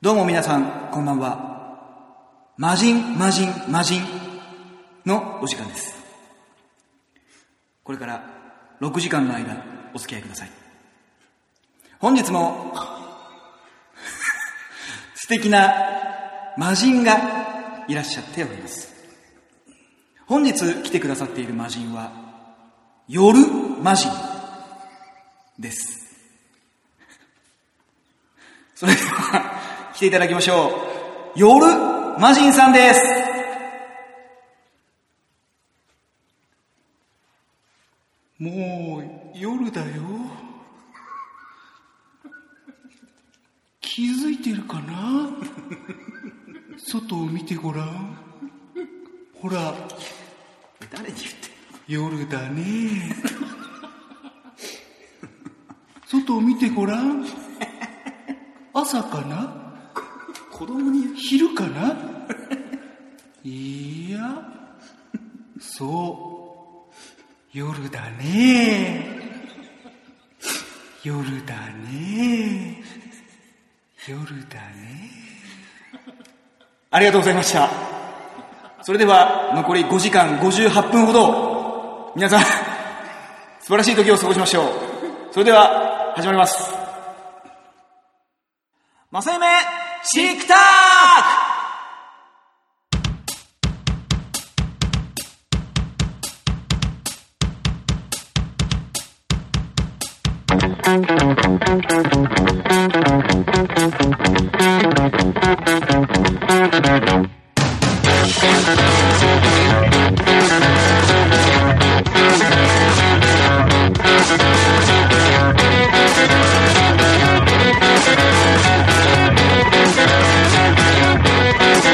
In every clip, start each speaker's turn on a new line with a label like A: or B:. A: どうも皆さん、こんばんは。魔人、魔人、魔人のお時間です。これから6時間の間、お付き合いください。本日も、 素敵な魔人がいらっしゃっております。本日来てくださっている魔人は、夜魔人です。それでは、来ていただきましょう。夜、魔人さんです。もう、夜だよ。
B: 気づいてるかな 外を見てごらん。ほら、
A: 誰に言って
B: 夜だね。外を見てごらん。朝かな
A: 子供に言う
B: 昼かないや、そう。夜だね。夜だね。夜だね。
A: ありがとうございました。それでは、残り5時間58分ほど、皆さん、素晴らしい時を過ごしましょう。それでは、始まります。まさゆめ、チークタ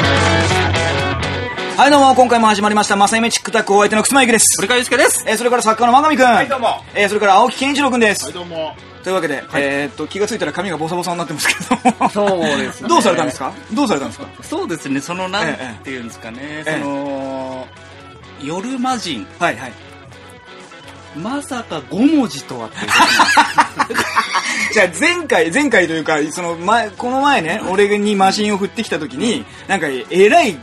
A: ックはい、どうも、今回も始まりました、まさゆめチークタックお相手のくすまゆきです。
C: 堀川祐介です。
A: えーそれから作家の真上くん。はい
C: どうも
A: えーそれから青木健一郎くんです。
C: どうも。
A: というわけで、えーっと、気がついたら髪がボサボサになってますけれども。
C: そうですね
A: どうされたんですかどうされたんですか
C: そうですね、その、な
A: ええ
C: んていうんですかね、
A: ええ
C: その、夜魔人、
A: はいはい。
C: まさか5文字とはっていう。
A: じゃあ前回、前回というか、その前、この前ね、俺にマシンを振ってきた時に、なんか、えらい、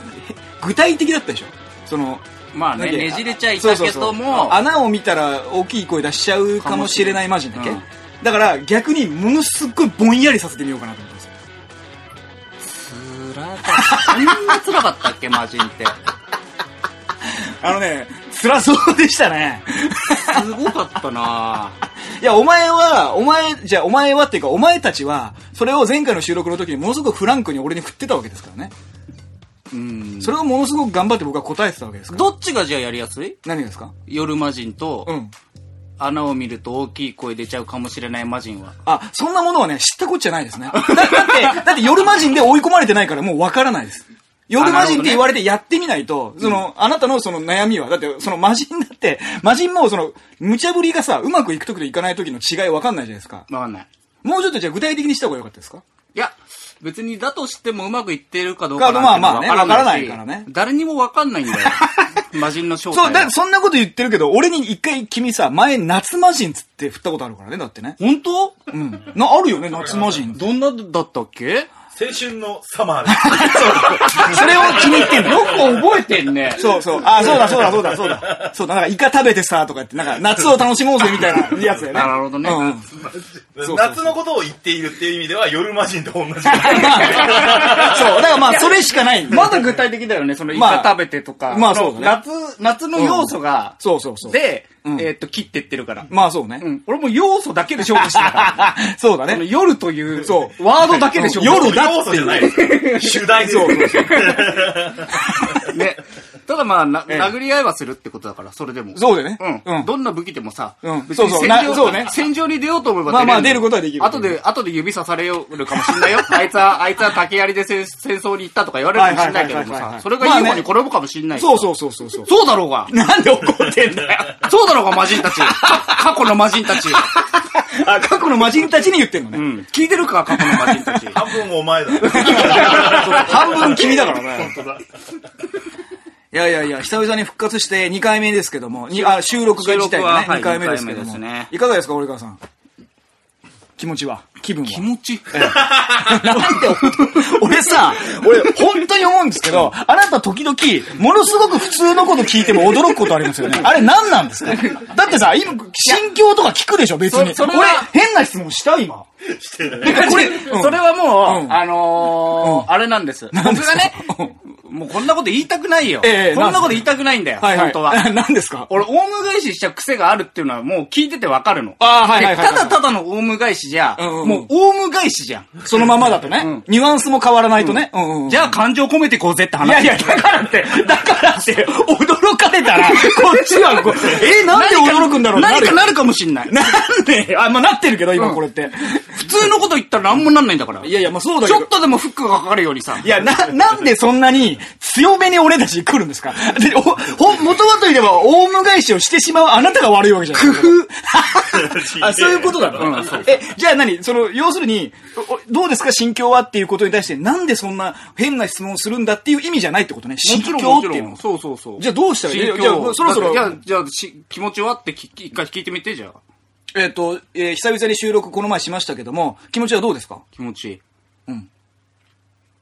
A: 具体的だったでしょその、
C: まあ
A: なんだ
C: ね、
A: っけ
C: ねじれちゃい
A: そう
C: た
A: そう
C: け
A: そう
C: ども、
A: 穴を見たら大きい声出しちゃうかもしれないマジンだっけ、
C: うん
A: だから逆にものすっごいぼんやりさせてみようかなと思ってます。
C: つらかった。そんなつらかったっけ、魔人って。
A: あのね、辛そうでした ね。
C: すごかったなぁ
A: いや、お前は、お前、じゃあお前はっていうか、お前たちは、それを前回の収録の時にものすごくフランクに俺に振ってたわけですからね。
C: うん。
A: それをものすごく頑張って僕は答えてたわけですから。
C: どっちがじゃあやりやすい
A: 何がですか
C: 夜魔人と、
A: うん。
C: 穴を見ると大きい声出ちゃうかもしれない魔人は。
A: あ、そんなものはね、知ったこっちゃないですね。だだ って、だって夜魔人で追い込まれてないからもうわからないです。夜魔人って言われてやってみないと、その、あなたのその悩みは、だってその魔人だって、魔人もその、無茶ぶりがさ、うまくいくときといかないときの違いわかんないじゃないですか。
C: わかんない。
A: もうちょっとじゃあ具体的にした方が良かったですか
C: いや、別にだとしてもうまくいってるかどうかなんて
A: まあまあね
C: わからないし
A: わからないからね
C: 誰にもわかんないんだ よ。魔人の正体は。
A: そう、だ、そんなこと言ってるけど、俺に一回君さ、前、夏魔人つって振ったことあるからね、だってね。
C: 本当
A: うん。な、あるよね、夏魔人。
C: どんなだったっけ
D: 青春のサマーです。
A: それを気に入ってんだよ。
C: 覚えてんね。
A: そうそう。あ、そうだ、そうだ、そうだ、そうだ。そうだ、なんか、イカ食べてさ、とか言って、なんか、夏を楽しもうぜ、みたい なやつだよね。
C: なるほどね
A: うんうん。 うそう
D: 夏のことを言っているっていう意味では、夜魔人と同じ。
A: まあ、そう、だからまあ、それしかないんだよ
C: まだ具体的だよね、そのイ
A: まあ
C: カ食べてとか。
A: まあそうだね
C: 夏、夏の要素が、
A: そうそうそう。、
C: で、
A: うん
C: えーっと、切ってってるから。
A: まあそうね
C: う。ん。俺も要素だけで勝負してるから。
A: そうだ
C: その
A: ね。
C: 夜という、
A: そう
C: ワードだけで勝負し
A: 夜
C: てる
A: だ
D: 要
A: っ
D: 素
A: て
D: じ
A: い
D: ゃ
A: う
D: ないです。主題そう。
C: ね。 ただまあ、な、
A: ええ
C: 殴り合いはするってことだから、それでも。
A: そうだよね
C: うん。
A: うん
C: どんな武器でもさ、
A: うん
C: 別
A: そう
C: に
A: そう
C: 戦
A: な
C: 場、
A: そうね
C: 戦場に出ようと思えば
A: まあまあ
C: んだよ
A: 出ることはできる
C: 後で、後で指刺されよるかもしんないよ。 あいつは、あいつは竹槍で戦戦争に行ったとか言われるかもしんないけども
A: はいはいはいはいはい
C: さ、それがいい
A: まあ
C: 方
A: ね
C: に転ぶかもしんない。
A: そうそうそうそう そう。
C: そうだろうが
A: なんで怒ってんだよ。
C: そうだろうが魔 人たち過去の魔人たち
A: あ、過去の魔人たちに言ってんのね。
C: うん。聞いてるか過去の魔人たち。
D: 半分お前だ。
A: 半分君だからね。いやいやいや、久々に復活して2回目ですけども、にあ収録が自体がね、
C: 収録ははい
A: 2回目ですけども、
C: 二回目ですね
A: いかがですか、堀川さん。気持ちは。 気分は。
C: 気持ち。
A: なんで、 俺さ、俺、本当に思うんですけど、あなた時々、ものすごく普通のこと聞いても驚くことありますよね。あれ何なんですかだってさ、今、心境とか聞くでしょ、別に。
C: そそれは
A: 俺、変な質問した今。
D: してない。
A: これ、
C: それはもう、
A: うん
C: あのーあれなんです。僕
A: です
C: が
A: か
C: ね、もうこんなこと言いたくないよ。
A: ええ
C: こんな
A: な
C: こと
A: んですか
C: 言いたくないんだよ、
A: はいはい。
C: 本当は。
A: 何ですか
C: 俺、オウム返ししちゃう癖があるっていうのはもう聞いててわかるの。
A: あーはいはいはいはい
C: でただただのオウム返しじゃ、
A: うんうんうん
C: もうオウム返しじゃん。
A: そのままだとね、
C: うん
A: ニュアンスも変わらないとね。うんうんうん
C: じゃあ感情込めてこうぜって
A: い
C: 話。
A: やいや、だからって、だからって、驚かれたら、こっちはこう、 え、なんで驚くんだろう
C: 何か
A: な
C: なるかもしんない。
A: なんであ、まあ、なってるけど、今これって。
C: 普通のこと言ったら何もなんないんだから。
A: いやいや、まあ、そうだ
C: ち
A: け
C: ょっ
A: ど。
C: とでもフックがかかるようにさ。
A: いや、な、なんでそんなに強めに俺たち来るんですかで、お、ほん、元はといえば、オウム返しをしてしまうあなたが悪いわけじゃない。 工あ、そういうことだろ。え、じゃあ何その、要するに、おどうですか心境はっていうことに対して、なんでそんな変な質問をするんだっていう意味じゃないってことね。心
C: もちろ
A: 境
C: んも
A: っ
C: ち
A: ていう
C: ろ
A: の
C: ん。。そうそうそう。
A: じゃあどうしたらいい
C: 心境
A: じゃあそろそろ
C: じゃあ、じゃあし気持ちはってき一回聞いてみて、じゃあ。
A: えっ、と、えー久々に収録この前しましたけども、気持ちはどうですか
C: 気持ちいい。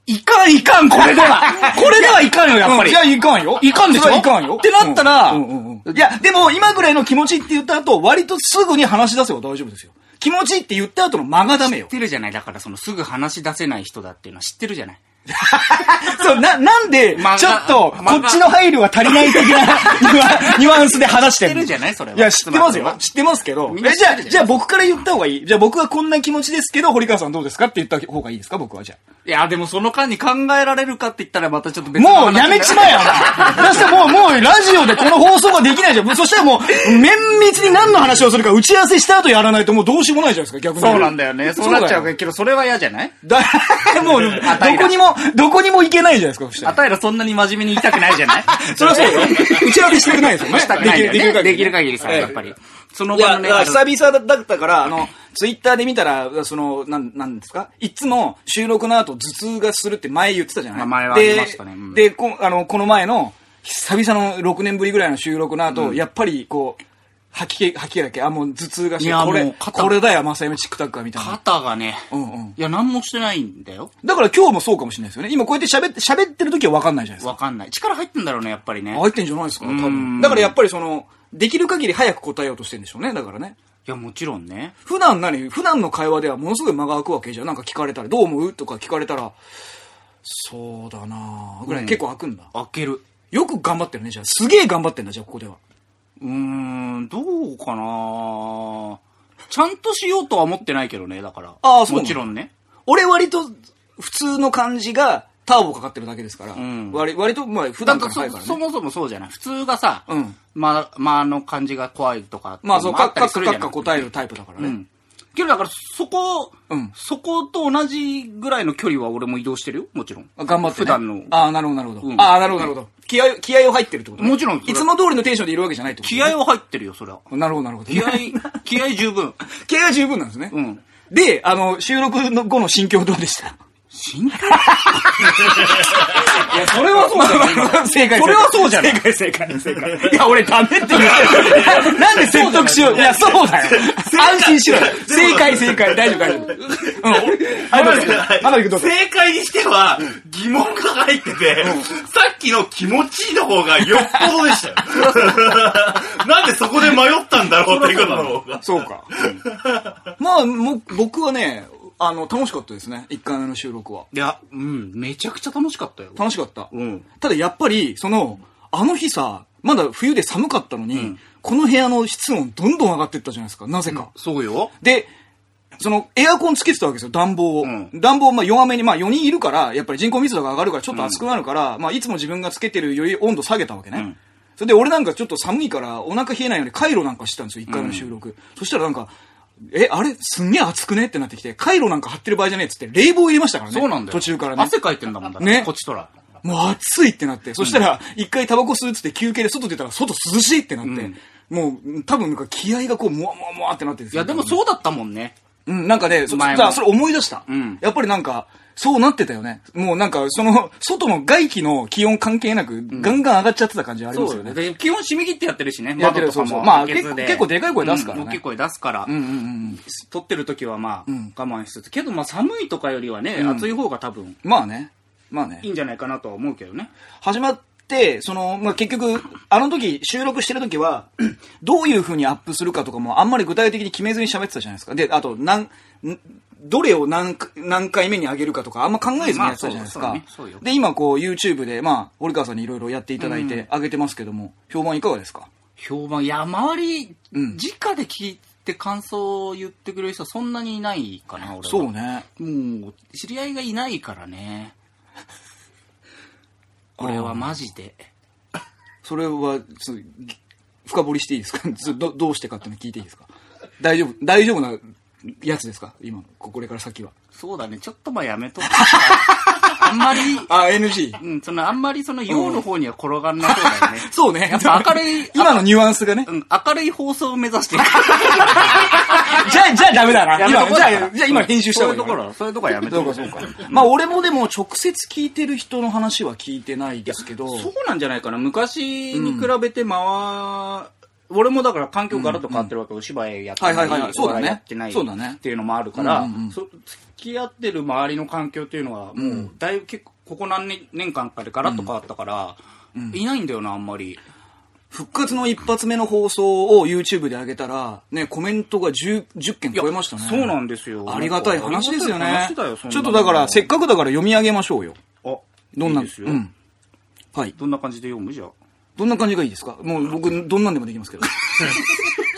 A: いかんいかん、これで はこれではいかんよ、や
C: っぱり
A: いや、いかんよ。
C: いかんでしょ
A: それはいかんよ。
C: ってなったら
A: うんうんうんうんいや、でも今ぐらいの気持ちって言った後、割とすぐに話し出せば大丈夫ですよ。気持ちいいって言った後の間がダメ
C: 知
A: よ
C: っ。てるじゃないだからそのすぐ話し出せない人だっていうのは知ってるじゃない
A: そう、な、なんで
C: 間が、
A: ちょっと、こ
C: 間が
A: っちの配慮が足りない的 なニュアニュアンスで話してる
C: 知ってるじゃないそれはい
A: や、知ってます
C: 妻
A: よ
C: と。は
A: 知ってますけど。
C: み
A: え
C: んな知っ
A: じ
C: て
A: ゃあ、
C: るじゃん
A: じゃあ僕から言った方がいい。じゃあ僕はこんな気持ちですけど、堀川さんどうですかって言った方がいいですか僕はじゃあ。
C: いや、でもその間に考えられるかって言ったらまたちょっと別の話
A: もうやめちまえよ、お前。そしたらもう、もうラジオでこの放送ができないじゃん。そしたらもう、綿密に何の話をするか打ち合わせした後やらないともうどうしようもないじゃないですか、逆に。
C: そうなんだよね。そうなっちゃ
A: だ
C: うけど、それは嫌じゃない
A: だもう、 ど
C: あたいら
A: こにも、どこにも行けないじゃないですか、そした
C: あ
A: ら。
C: たいらそんなに真面目に言いたくないじゃ ない
A: それはそうよ。打ち合わせしたくないですよね。
C: したくないよねできる限りさ、
A: ええ
C: やっぱり。その
A: いや、
C: 場の
A: だか、ら
C: ねあの
A: 久々だったから、あの、ツイッターで見たら、その、なん、なんですかいつも収録の後頭痛がするって前言ってたじゃない
C: まあ前は
A: で
C: ありましたねうん
A: で、こあの、この前の、久々の6年ぶりぐらいの収録の後、やっぱりこう、吐き気、吐き気だっけあ、もう頭痛がし
C: い
A: て、
C: や
A: こ
C: も
A: れ
C: う、肩
A: これだよ、まさゆめチックタックは、みたいな。
C: 肩がね、
A: うんうん。
C: いや、何もしてないんだよ。
A: だから今日もそうかもしれないですよね。今こうやって喋って、喋ってる時は分かんないじゃないですか。
C: わかんない。力入ってんだろうね、やっぱりね。
A: 入ってんじゃないですか、多
C: うん
A: 分。だからやっぱりその、できる限り早く答えようとしてるんでしょうね、だからね。
C: いや、もちろんね。
A: 普段何普段の会話ではものすごい間が空くわけじゃん。なんか聞かれたら、どう思うとか聞かれたら、そうだなぁぐらい
C: うん
A: 結構空くんだ。
C: 開ける。
A: よく頑張ってるね、じゃあ。すげえ頑張ってるんだ、じゃあ、ここでは。
C: うーん、どうかなちゃんとしようとは思ってないけどね、だから。
A: あーそうなの
C: もちろんね。
A: 俺割と、普通の感じが、ターボかかってるだけですから。
C: ん
A: 割割と、まあ、普
C: だ
A: 段
C: か
A: からら早い
C: そ
A: から
C: そ
A: ね。
C: もそもそうじゃない。普通がさ、
A: うん
C: ま、まあの感じが怖いとか。
A: まあ、そう、
C: も
A: カ
C: あ
A: ッ
C: った
A: カ
C: り
A: ッ
C: す
A: カ
C: るじゃ
A: ッ
C: ない
A: カ答えるタイプだから
C: う
A: ね。
C: ん。けどだから、そこ、
A: うん
C: そこと同じぐらいの距離は俺も移動してるよ、もちろん。
A: あ頑張って、ね。
C: 普段の。
A: ああ、なるほど、なるほど。
C: うん
A: ああ、なるほど、なるほど。気合い、気合を入ってるってこと、ね、
C: もちろん
A: いつも通りのテンションでいるわけじゃないってこと、
C: 気合は入ってるよ、それは。
A: を。なるほど、なるほど。
C: 気合、気合十分。
A: 気合は十分なんですね。
C: うん。
A: で、あの、収録の後の心境どうでした
C: 心配
A: いや、それはそうじゃない。正解。
C: それはそうじゃない
A: 正解、正解、正解。いや、俺ダメって言ってるなんで説得しよう。いや、そうだよ。安心しろよ。正解、正解。大丈夫、大丈夫。うん。はい、どうぞ。まだ行く、どうぞ。
D: 正解にしては、疑問が入ってて、さっきの気持ちいいの方がよっぽどでしたよ。 なんでそこで迷ったんだろうっていうことの方が。
A: そうか。まあ、も、僕はね、あの、楽しかったですね。1回目の収録は。
C: いや、うん、めちゃくちゃ楽しかったよ。
A: 楽しかった。
C: うん
A: ただやっぱり、その、あの日さ、まだ冬で寒かったのに、この部屋の室温どんどん上がってったじゃないですか。なぜか。
C: そうよ。
A: で、そのエアコンつけてたわけですよ、暖房を。
C: うん
A: 暖房をまあ弱めに、まあ4人いるから、やっぱり人口密度が上がるからちょっと暑くなるから、まあいつも自分がつけてるより温度下げたわけね。
C: ん
A: それで俺なんかちょっと寒いからお腹冷えないようにカイロなんかしてたんですよ、1回目の収録。そしたらなんか、え、あれすんげえ暑くねってなってきて、カイロなんか張ってる場合じゃねえっつって冷房入れましたからね。
C: そうなんだよ。
A: 途中からね。
C: 汗かいてんだもんだって
A: ね
C: こっちとら。
A: もう暑いってなって、そしたら、一回タバコ吸うっつって休憩で外出たら、外涼しいってなって、もう、多分なんか気合がこう、もわもわもわってなってるんです
C: い
A: よ
C: や、でもそうだったもんね。
A: うん、なんかね、そ
C: 前も
A: だからそれ思い出した、
C: ん
A: やっぱりなんか、そうなってたよね。もうなんか、その、外の外気の気温関係なく、ガンガン上がっちゃってた感じありま
C: そ
A: す
C: う
A: よね。
C: よね。で基本締め切ってやってるしね。
A: やってる
C: 窓とか
A: そうそ
C: も
A: うまあ
C: 開けず
A: 結構結構でかい声出すからね
C: うん大きい声出すから。
A: うんうんうん。
C: 撮ってる時はまあ、
A: ん
C: 我慢しつつ。けどまあ寒いとかよりはね、暑い方が多分
A: まあね。まあね
C: い。いんじゃないかなとは思うけどね。
A: 始まって、その、まあ、結局、あの時、収録してる時は、 どういう風にアップするかとかも、あんまり具体的に決めずに喋ってたじゃないですか。で、あと、なん、んどれを何回、何回目に上げるかとか、あんま考えずにやってたじゃないです
C: まあ
A: か
C: そうだそうだねそうよ。
A: で、今、こう、YouTube で、まあ、堀川さんにいろいろやっていただいて、上げてますけども、評判いかがですか
C: 評判、いや、周り、
A: うん
C: 直で聞いて感想を言ってくれる人そんなにいないかな、俺は。
A: そう。ね。
C: もう、知り合いがいないからね。 これはマジで。
A: それは、ちょっとぎ深掘りしていいですか ちょっとどどうしてかっていうの聞いていいですか大丈夫、大丈夫なやつですか今の、ここれから先は。
C: そうだね、ちょっとまあやめとこうあんまり、
A: あ、NG?
C: うん、そのあんまりその陽の方には転がんなそうだよね。
A: そうね。
C: やっぱ明る い
A: 今のニュアンスがね。
C: うん、明るい放送を目指してる。
A: じゃあ、じゃあダメだな。
C: やめと
A: 今、
C: こう
A: じゃ
C: だ
A: あ、
C: から
A: じゃあ今編集した
C: そうい
A: 方
C: うとこ
A: がいい。
C: ろ、そういうところはやめとこう。そう
A: まあ俺もでも直接聞いてる人の話は聞いてないですけど。
C: なんじゃないかな。昔に比べて回、俺もだから環境ガラッと変わってるわけ、お芝居やってない、
A: はいはいはいそうだね
C: お笑いやってない
A: そうだね
C: っていうのもあるから、
A: うんうんうん
C: そ付き合ってる周りの環境っていうのは、もう、だいぶ結構、ここ何年年間かでガラッと変わったから、いないんだよな、あんまり。
A: 復活の一発目の放送を YouTube で上げたら、ね、コメントが 10, 10件超えましたね。
C: いやそうなんですよ
A: ありがたい話ですよ
C: ありが
A: ね。
C: たい話だよそんなの
A: ちょっとだから、せっかくだから読み上げましょうよ。
C: あ、
A: どんな、
C: いいですよ。
A: うん。はい。
C: どんな感じで読むじゃあ。
A: どんな感じがいいですかもう僕、どんなんでもできますけど。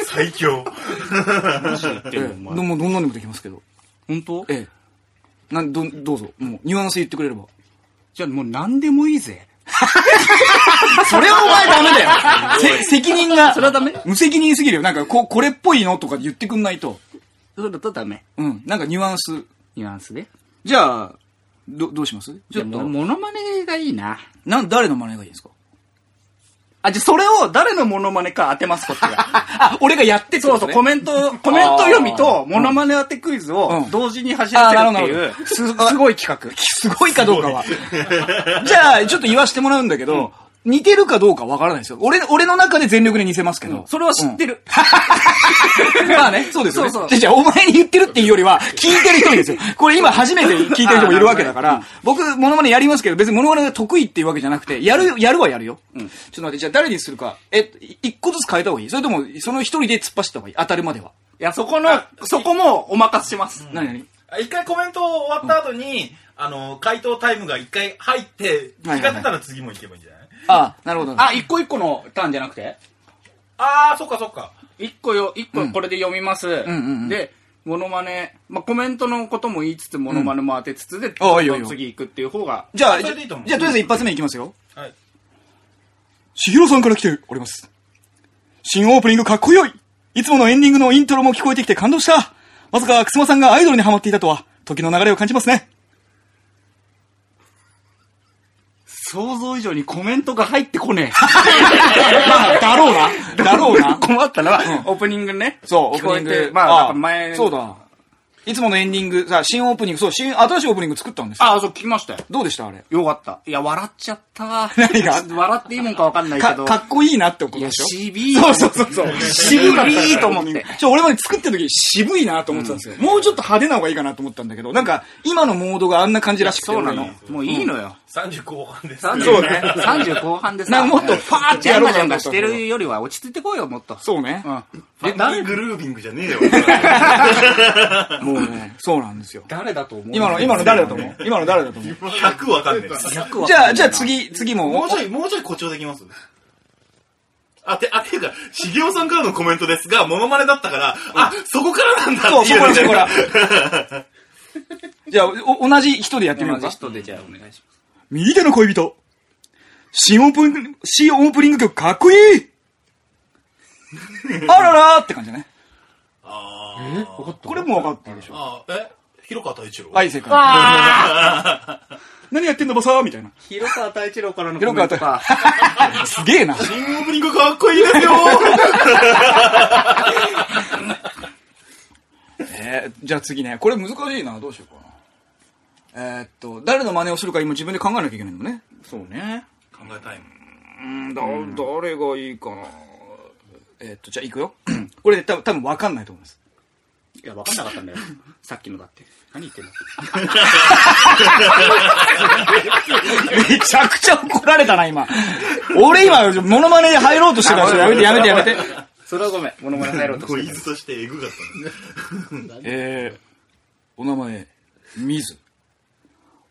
D: 最強。
A: ええ、どうもどんなんでもできますけど。
C: 本当
A: ええ。なん、ど、どうぞ。もう、ニュアンス言ってくれれば。
C: じゃあもう何でもいいぜ。
A: それはお前ダメだ よ。せ責任が。
C: それはダメ
A: 無責任すぎるよ。なんか、こ、これっぽいのとか言ってくんないと。
C: それだとダメ。
A: うん。なんかニュアンス。
C: ニュアンスで。
A: じゃあ、ど、どうしますち
C: ちょ
A: ょ
C: っ
A: っ
C: と、
A: と、
C: モノマネがいいな。
A: なん、誰の真似がいいですか
C: あ、じゃあそれを誰のモノマネか当てます、こっちが。
A: あ、俺がやってって
C: そう
A: こと
C: そう、
A: ね
C: コメント、コメント読みと、モノマネ当てクイズを
A: うん
C: 同時に走らせるって
A: あなる
C: い
A: ほ
C: う、すすごい企画。
A: すごいかどうかは。 じゃあ、ちょっと言わしてもらうんだけど、似てるかどうかわからないですよ。俺、俺の中で全力で似せますけど。
C: それは知ってる。
A: まあね、そうですよね。
C: そうそう
A: じゃあじゃあ、お前に言ってるっていうよりは、聞いてる人ですよ。これ今初めて聞いてる人もいるわけだから、僕、モノマネやりますけど、別にモノマネが得意っていうわけじゃなくて、やる、やるはやるよ。ちょっと待って、じゃあ誰にするか、えっと、い一個ずつ変えた方がいいそれとも、その一人で突っ走った方がいい当たるまでは。
C: いや、そこの、そこもお任せします。
A: 何何
D: あ一回コメント終わった後に、あの、回答タイムが一回入って、
A: はいはいはい
D: 光ったら次も行けばいいんじゃない
A: ああ、なるほど。
C: あ、一個一個のターンじゃなくて
D: あー、そっかそっか。
C: 一個よ、一個これで読みます。
A: んうんうん
C: で、モノマネ、まあ、コメントのことも言いつつ、モノマネも当てつつで、
A: ああいいよいいよ
C: 次行くっていう方が、
A: じゃあ、
D: そ
A: じゃ
D: れ
A: あ、
D: でいい
A: じ
D: と
A: ゃあ
D: 思う
A: とりあえず一発目いきますよ。
D: はい。
A: しひろさんから来ております。新オープニングかっこよいいつものエンディングのイントロも聞こえてきて感動したまさか、くすまさんがアイドルにハマっていたとは、時の流れを感じますね。
C: 想像以上にコメントが入ってこね
A: だろう な。だろう
C: え。
A: な。
C: 困ったな、オープニングね。
A: そう、
C: 聞こえ
A: オープニン
C: て、
A: グ
C: まあ、なんか
A: あ
C: 前。
A: そう。だ。いつものエンディング、さ、新オープニング、そう、新、新しいオープニング作ったんですよ。
C: ああ、そう、聞きましたよ。
A: どうでしたあれ。
C: よかった。いや、笑っちゃった。
A: 何が
C: 笑っていいもんかわかんないけ
A: か、
C: ど。
A: かっこいいなってこと
C: いや
A: で、しょ
C: 渋い。そうそうそう そう。渋いと 思って。
A: ちょ、俺まで作ってる時渋いなと思ってたんですよ。もうちょっと派手な方がいいかなと思ったんだけど、なんか、今のモードがあんな感じらしくて。
C: そうな
A: 俺
C: の
A: に。
C: もういいのよ。
D: 30後半です。
C: 30
A: そうね
C: 30後半でさ。
A: なんかもっとパーってやろうかな
C: ジャンガジャンガしてるよりは落ち着いてこいよ、もっと。
A: そうね。
C: うん。
D: 何グルービングじゃねえよ。
A: もうね、そうなんですよ。
C: 誰だと思う
A: 今の、今の誰だと思う今の誰だと思う
D: 100わか んないです。
A: じゃあ、じゃあ次、次も。
D: もうちょい、もうちょい誇張できますあ、て、あ、ていうか、しげおさんからのコメントですが、モノマネだったから、あ、そこからなんだ
A: そ
D: っ
A: う、
D: て
A: そ
D: い
A: こ
D: う
A: ら、そこら。 じゃあ、お同じ人でやってみよ
C: 同
A: う
C: じ
A: か。
C: 人でじゃあお願いしま
A: 右手の恋人。新オープニング、新オープニング曲かっこいい あららーって感じだね。
D: あー
A: これもう分かってるでしょ。
D: あー、え広川太一郎
A: はい、正解。 何やってんだ、ボサーみたいな。
C: す。広川太一郎からの
A: 広川
C: か。
A: 太すげえな。
D: オープニングかっこいいですよ
A: えーじゃあ次ね。これ難しいな。どうしようかな。えーっと、誰の真似をするか今自分で考えなきゃいけないのね。
C: そうね。
D: 考えたいも
A: う
D: ん。
A: ん、だ、誰がいいかな。えーっと、じゃあ行くよ。 これね、多分、多分分かんないと思います。
C: いや、わかんなかったんだよ。さっきのだって。何言ってんの
A: めちゃくちゃ怒られたな、今。俺今、モノマネで入ろうとしてたでしょ。やめて、やめて、やめて。
C: それはごめん。物まね入ろうと
D: これ、
C: し
D: 伊
C: て
D: 豆としてエグかったね。
A: えー、お名前、ミズ。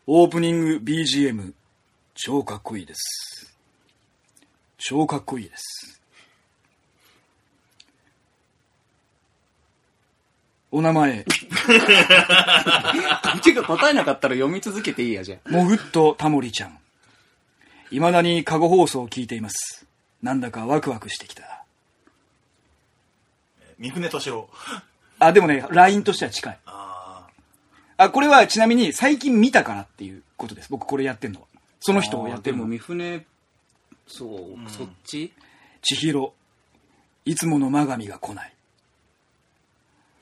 A: オープニング BGM、超かっこいいです。超かっこいいです。お名前、
C: た。てか答えなかったら読み続けていいや、じゃ
A: もぐっとタモリちゃん。未だに過去放送を聞いています。なんだかワクワクしてきた。
D: 三船敏郎。
A: あ、でもね、LINE としては近い。
D: あ
A: あ、これはちなみに最近見たからっていうことです。僕これやってんのは。その
C: あ。
A: 人をやって
C: で
A: るの
C: も、
A: は
C: 三船、そう、そっち
A: 千尋、いつもの真神が来ない。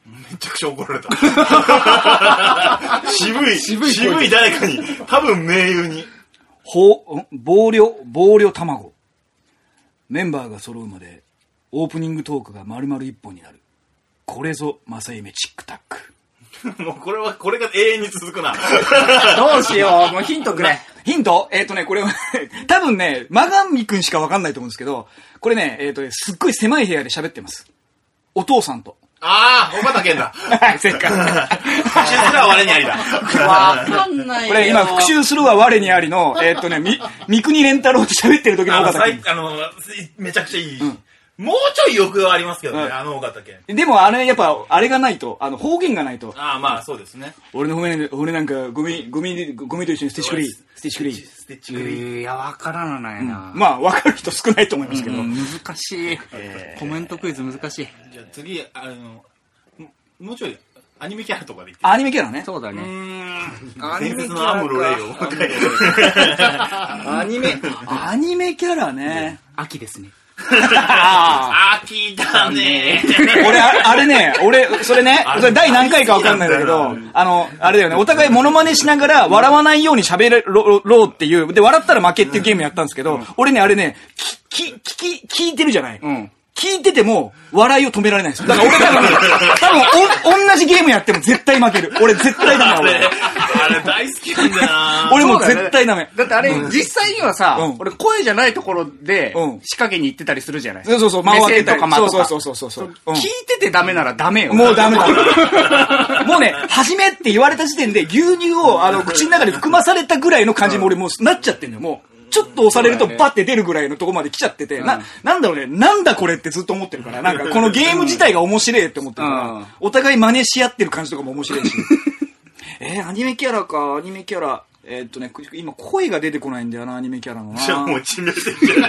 D: ーめちゃくちゃ怒られた。 渋い、渋い、渋い誰かに、多分名優に。
A: ほう、ん暴量、暴量卵。メンバーが揃うまで、オープニングトークが丸々一本になる。これぞ、マサイメチックタック。
D: もうこれは、これが永遠に続 くな。
C: どうしよう、もうヒントくれ。
A: ヒントえっ、とね、これは、 多分ね、マガンミ君しかわかんないと思うんですけど、これね、えっ、とね、すっごい狭い部屋で喋ってます。お父さん と。
D: ああ、岡田 健だ。
A: はい、正解。
D: 口すら我にありだ。
C: わかんないよ。
A: これ今、復習するは我にありの、えっ、とね、み、三国連太郎と喋ってる時の
D: あの、
A: 岡田
D: 最
A: 君。
D: あの、めちゃくちゃいい。もうちょい欲はありますけどね、
A: うん
D: あの尾形健。
A: でもあれ、やっぱ、あれがないと、あの、方言がないと、
D: ああ、まあ、そうですね。
A: 俺の骨、俺なんか、ゴミ、ゴミ、ゴミと一緒にスティッシュクリー、スティッシュクリー。
D: ステッチ
C: え
D: クリーン。
C: ー。いや、わからないな。
A: まあ、わかる人少ないと思いますけど。
C: うん難しい。コメントクイズ難しい。
D: じゃあ次、あの、ももうちょい、アニメキャラとかで言って。
A: アニメキャラね。
C: そうだね。
D: アニメキャラ。伝説のアムロレイを。
A: アニメ、アニメキャラね。
C: 秋ですね。
A: あ
D: 秋だね
A: ー俺、ああれね、俺、それね、それ第何回かわかんないんだけど、あの、あれだよね、お互いモノマネしながら笑わないように喋ろろうっていう、で、笑ったら負けっていうゲームやったんですけど、俺ね、あれね、き、き、き、き聞いてるじゃない。
C: うん。
A: 聞いてても、笑いを止められないんですよ。だから俺多分、多分お、同じゲームやっても絶対負ける。俺絶対ダ
D: あ
A: メ
D: れ、あれ大好きなんだよな
A: 俺。俺もう絶対ダメ。
C: だってあれ、実際にはさ、
A: うん
C: 俺声じゃないところで
A: うん、
C: 仕掛けに行ってたりするじゃない
A: そうそうそう、
C: 間
A: 間を
C: を
A: 開けた
C: と
A: り
C: か間とか。
A: そうそうそうそうそう。うん
C: 聞いててダメならダメよ。
A: もうダメだ。もうね、初めって言われた時点で牛乳をあの口の中に含まされたぐらいの感じも俺もうなっちゃってんのよ、もう。ちょっと押されるとバッて出るぐらいのとこまで来ちゃってて、な、なんだろうね、なんだこれってずっと思ってるから、なんかこのゲーム自体が面白いって思ってるから、
C: うん
A: お互い真似し合ってる感じとかも面白いし。えーアニメキャラか、アニメキャラ。えーっとね、今声が出てこないんだよな、アニメキャラのな。
D: じゃあもう致命的じゃな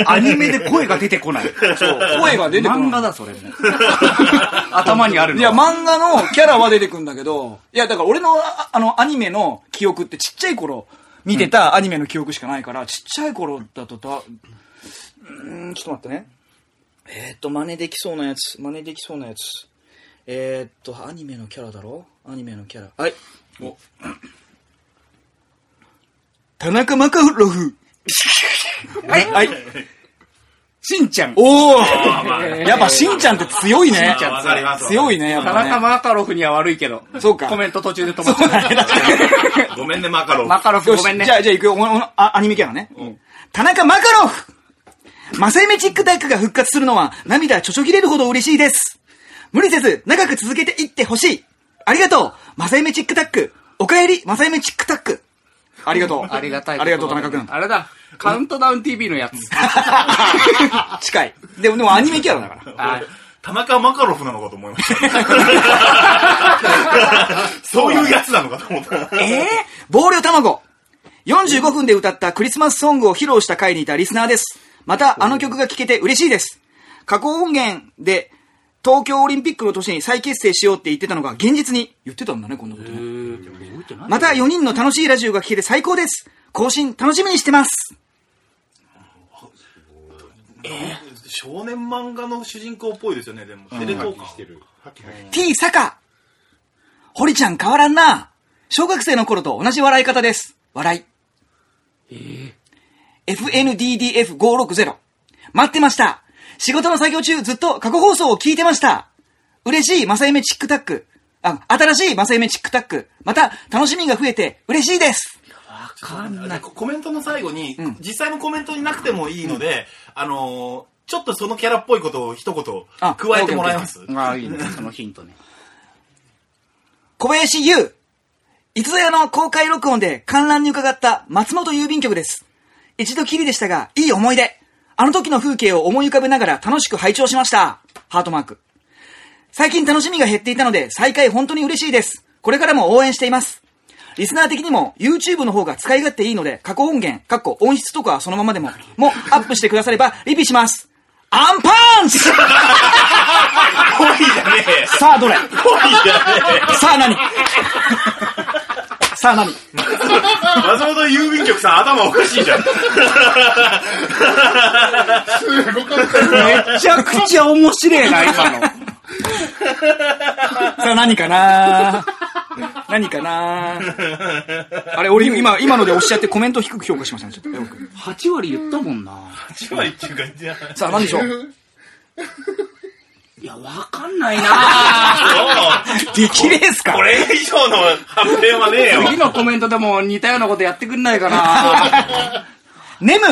D: い。
C: アニメで声が出てこない。そう。
A: 声が出てこない
C: 漫画だ、それも。頭にあるの。
A: いや、漫画のキャラは出てくんだけど、いや、だから俺の、ああの、アニメの記憶ってちっちゃい頃、見てたアニメの記憶しかないから、ちっちゃい頃だとた、うーん、ちょっと待ってね。えーっと、真似できそうなやつ、真似できそうなやつ。えーっと、アニメのキャラだろアニメのキャラ。はい。
D: お
A: 田中 マカロフ。はい。はい。
C: しんちゃん。
A: おーやっぱ、しんちゃんって強いね。
D: ちゃん強いわかります
A: 強いね、やっ
C: 田
A: ぱね。
C: 中マカロフには悪いけど。
A: そうか
C: コメント途中で 止まっちゃった。
D: ごめんね、マカロン。
C: マカロフ
A: よ
C: ごめん
A: し、
C: ね。
A: じゃあ、じゃあ行くよ。おおあアニメキャラね。田中マカロフマサイメチックダックが復活するのは涙ちょちょぎれるほど嬉しいです。無理せず長く続けていってほしい。ありがとうマサイメチックダック。おかえりマサイメチックダック。ありがとう。
C: ありがたい。
A: ありがとう、田中君。
C: あれだ。カウントダウン TV のやつ。
A: 近い。でも、でもアニメキャラだから。
C: あ
D: 田中マカロフなのかと思いま した。そういうやつなのかと思った。
A: ええ暴量卵 !45 分で歌ったクリスマスソングを披露した回にいたリスナーです。また、あの曲が聴けて嬉しいです。加工音源で、東京オリンピックの年に再結成しようって言ってたのが現実に。言ってたんだね、こんなことね。また、4人の楽しいラジオが聴けて最高です。更新楽しみにしてます。
D: 少年漫画の主人公っぽいですよね、でも。テレ東感してる。
A: T 坂堀ちゃん変わらんな。小学生の頃と同じ笑い方です。笑い。FNDDF560。待ってました。仕事の作業中ずっと過去放送を聞いてました。嬉しいマサイメチックタック。あ、新しいマサイメチックタック。また、楽しみが増えて嬉しいです。
D: かんない。コメントの最後に、実際のコメントになくてもいいので、あのー、ちょっとそのキャラっぽいことを一言
A: あ
D: 加えてもらえます
C: ああ、いいね。そのヒン トね。
A: 小林優いつぞやの公開録音で観覧に伺った松本郵便局です。一度きりでしたが、いい思い出。あの時の風景を思い浮かべながら楽しく拝聴しました。ハートマーク。最近楽しみが減っていたので、再開本当に嬉しいです。これからも応援しています。リスナー的にも YouTube の方が使い勝手いいので、過去音源、過去音質とかはそのままでも、もアップしてくだされば、リピします。アンパン チ
D: ぽいだねえ。
A: さあ、どれ
D: ぽい だね
A: さあ何、さあ何
D: え。松本郵便局さん頭おかしいじゃん。
E: すごかったよ。
C: めちゃくちゃ面白いな、今の。
A: さあ何かな何かなあれ、俺今、今ので押しちゃってコメント低く評価しましたね、ちょっとよく。
C: 8割言ったもんな。
D: 8割っていうか、じゃあ
A: さあ何でしょう
C: いや、わかんないな
A: できれいっすか
D: これ以上の発表はねえよ。
C: 次のコメントでも似たようなことやってくんないか な
A: ネム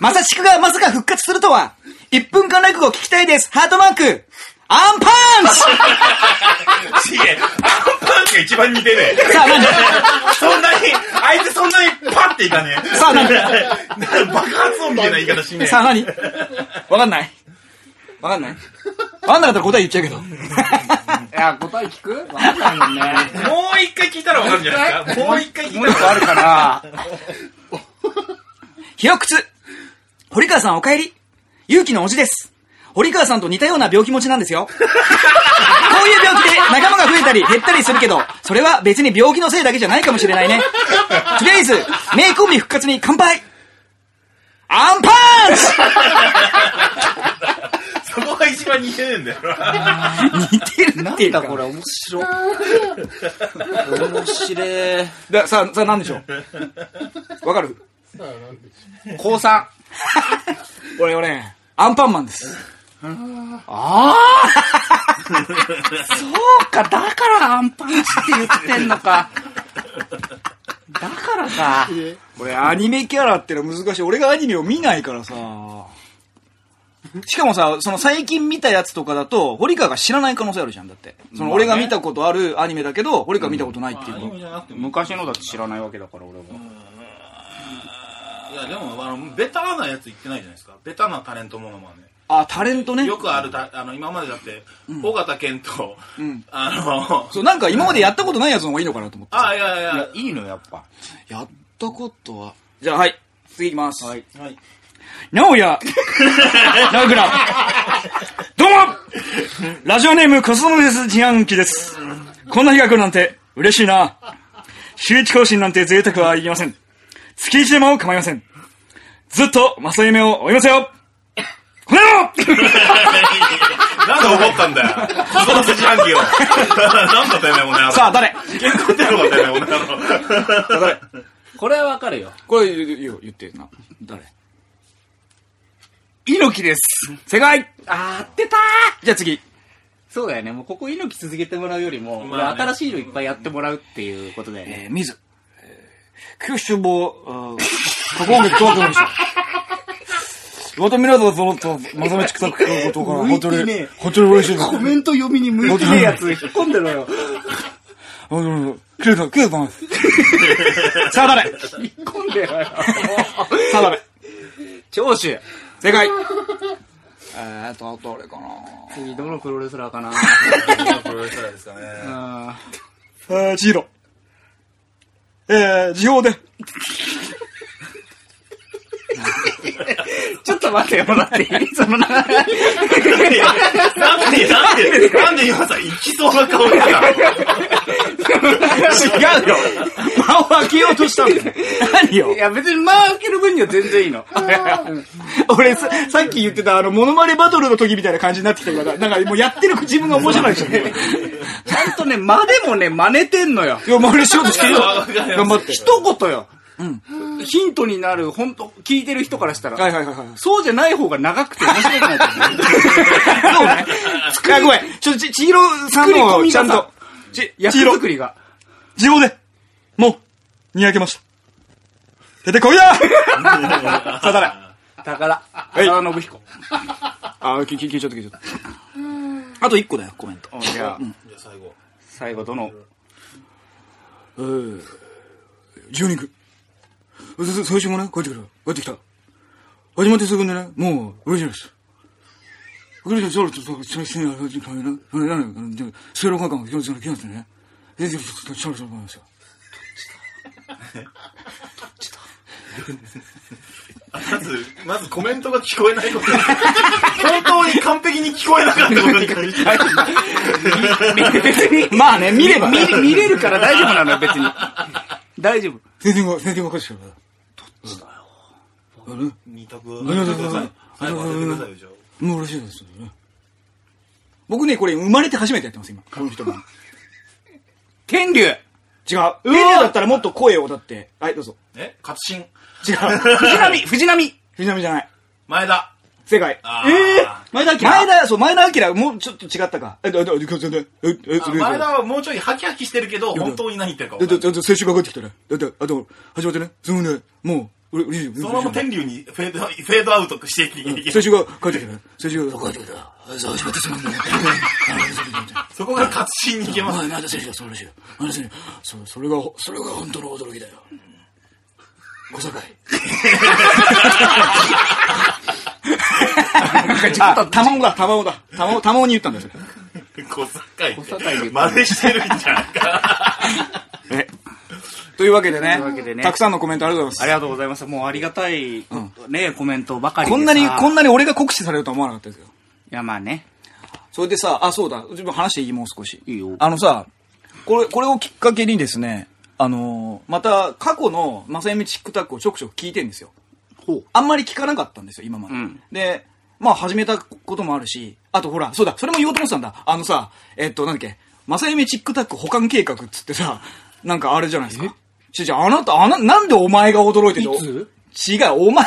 A: まさしくがまさか復活するとは !1 分間落語聞きたいですハートマークアンパン
D: ちげえ。アンパンチが一番似てね
A: チさあ何
D: え。そんなに、あいつそんなにパッていかねえ。
A: さあ何
D: 爆発音みたいな言い方しね
A: さあ何わかんないわかんないわかんなかったら答え言っちゃうけど。
C: いや、答え聞くわかんないもんね。
D: え。もう一回聞いたらわかるんじゃないですか。もう一回聞い
C: も
D: た
C: う一個あるかな
A: ひろくつ堀川さんお帰り勇気のおじです堀川さんと似たような病気持ちなんですよ。こういう病気で仲間が増えたり減ったりするけど、それは別に病気のせいだけじゃないかもしれないね。とりあえず、名コンビ復活に乾杯アンパ
D: そこが一番似てねえんだよ。
A: ンチ似てるっていうか。
C: れ面白い。面白い。
A: ださあ、さあ何でしょうわかる
E: さあ、なんでし
C: 高3。
A: 俺、俺、アンパンマンです。
C: ああそうか、だからアンパンチって言ってんのか。だからか。
E: ょうえ
A: 俺、アニメキャラってのは難しい。俺がアニメを見ないからさ。しかもさ、その最近見たやつとかだと、堀川が知らない可能性あるじゃん、だって。その俺が見たことあるアニメだけど、堀川見たことないっていうの。
C: 昔のだって知らないわけだから、俺は。
D: いや、でも、あの、ベタなやつ言ってないじゃないですか。ベタなタレントものまね。
A: あ、タレントね。
D: よくあるた、あの、今までだって、尾形健と、あの、
A: そう、なんか今までやったことないやつの方がいいのかなと思って。
D: あ、いやいや、
C: いいのよ、やっぱ。
A: やったことは。じゃあ、はい。次いきます。
C: はい。
D: はい。
A: なおや、ラグラ。どうもラジオネームコスモフェス自販機です。こんな日が来るなんて嬉しいな。週一更新なんて贅沢はいりません。月一でも構いません。ずっと正夢を追いますよこの野郎
D: なんで怒ったんだよ。その自販機を。なんだてめえ、お前。
A: さあ、誰
D: 結構出るわ、てめえ、お前。
A: 誰
C: これはわかるよ。
A: これ言う言ってな。誰
C: 猪木です。
A: 世界
C: あー、合ってたー
A: じゃあ次。
C: そうだよね。もうここ猪木続けてもらうよりも、俺
D: まあね
C: 新しいのいっぱいやってもらうっていうことだよね。
A: えー、水。九州も、加工劇とはどうでしょう。また皆さん揃った、まとめちくたくのことから、本当
C: 向いて
A: に
C: ね、
A: 本当に嬉しいです。
C: コメント読みに向いてねえやつ引っ込んでろよ。
A: 本当に、クーさん、クーさんです。さあ誰
C: 引っ込んでろよ。
A: さあ誰
C: 長州。
A: 正解。えーと、あとあれかな
C: 次、 どのプロレスラーかな
D: プロレスラーですかね。
C: あ
A: えー、ジーロ。えー、時報で。
C: ーちょっと待てよ、待っていい。その流
D: なんで、なんで、なんで今さ、行きそうな顔でさ、
A: 違うよ間を開けようとしたんだよ。ないよ
C: い。や、別に間開ける分には全然いいの。
A: 俺さ、さっき言ってた、あの、モノマネバトルの時みたいな感じになってきたから、なんかもうやってる自分が面白いでしょ、ね、
C: ちゃんとね、間でもね、真似てんのよ。
A: いや、真似しようとしてるよ。頑張って。
C: 一言よ。ヒントになる、本当聞いてる人からしたら、
A: はいはいはいはい。
C: そうじゃない方が長くて面白くないと思う。
A: そうね。いや、ごめん。ちょっとち、ちひろさん
C: 作り込
A: の、ち
C: みがさ
A: ゃんと。 ち、ちひ
C: 役
A: ろ、
C: 作りが。
A: 自動で、もう、にやけました。出てこいやさあ、誰
C: 宝。
A: い
C: 宝信彦。
A: あ、き、き、き、ちょっと、き、ちょっと。あと一個だよ、コメント。
C: じゃあ、
D: じゃあ最後。
C: 最後どの、
A: 十人く。そ、そ、最初もね、帰ってくる。帰ってきた。始まってすぐでね、もう、嬉しいです。嬉しいです。そう、そう、そう、そう、そう、そう、そう、そう、そう、そう、そう、そう、そう、そう、そう、そう、そう、そう、そう、ね。そう、そう、そう、そう、そう、そう、
D: まず、まずコメントが聞こえないこと。本当に完璧に聞こえなかったことに関して。
A: まあね、見れば
C: 見見れるから大丈夫なのよ、別に。大丈夫。
A: 全然わ、全然わかるしょ。
D: 二択を当ててください。最後当ててくださいよ、じゃあ。
A: もう嬉しいですよね。僕ね、これ生まれて初めてやってます、今。この人が。
C: 天竜
A: 違う。レディオだったらもっと声をだって。はい、どうぞ。
D: え勝新。
A: 違う。
C: 藤波藤波
A: 藤波じゃない。
D: 前田。
A: 正解。
D: あー
A: 前田明前田、そう、前田明、もうちょっと違ったか。え、だ、だ、だ、だ、だ、え、え、
D: あ前田はもうちょいハキハキしてるけど、本当に何言ってるか分
A: だ、
D: かん
A: だ、
D: ない。
A: だ、先週が帰ってきたら。だ、だ、あと、始まってね。そのね、もう、うれ、うれしい。
D: そのまま天竜にフェード、フェードアウトしていけない
A: 先週が帰ってきたら。先週が帰ってきたら。そう、始まってし まうんだよ。
D: そこが勝新に行けます。
A: 前田選手がそうらしいよ。前田選手、そ、それが、それが本当の驚きだよ。小堺。 あ、卵だ、卵だ。卵、卵に言ったんですよ。
D: 小堺って。
C: 小堺で
D: 真似してるんじゃないか。
A: えというわけでね
C: というわけでね
A: たくさんのコメントありがとうござ
C: あ
A: い
C: り
A: ま
C: がとうございます。もうありがたい、ね、コメントばか
A: す。
C: りで
A: こんなに、
C: さ
A: こんなに俺が酷使されるとは思わなかったですよ。
C: いや、まあね。
A: それでさ、あ、そうだ、自分話していいもう少し。
C: いいよ
A: あのさ、これ、これをきっかけにですね、あのーまた過去のまさゆみチックタックをちょくちょく聞いてんですよ。
C: ほ
A: あんまり聞かなかったんですよ、今まで。
C: うん
A: で、まあ始めたこともあるし、あとほら、そうだ、それも言おうと思ってたんだ。あのさ、えっと、なんだっけ、まさゆみチックタック保管計画っつってさ、なんかあれじゃないですか。ちょ、じゃあ、あなた、あな、なんでお前が驚いてるの
C: いつ
A: 違う、お前が、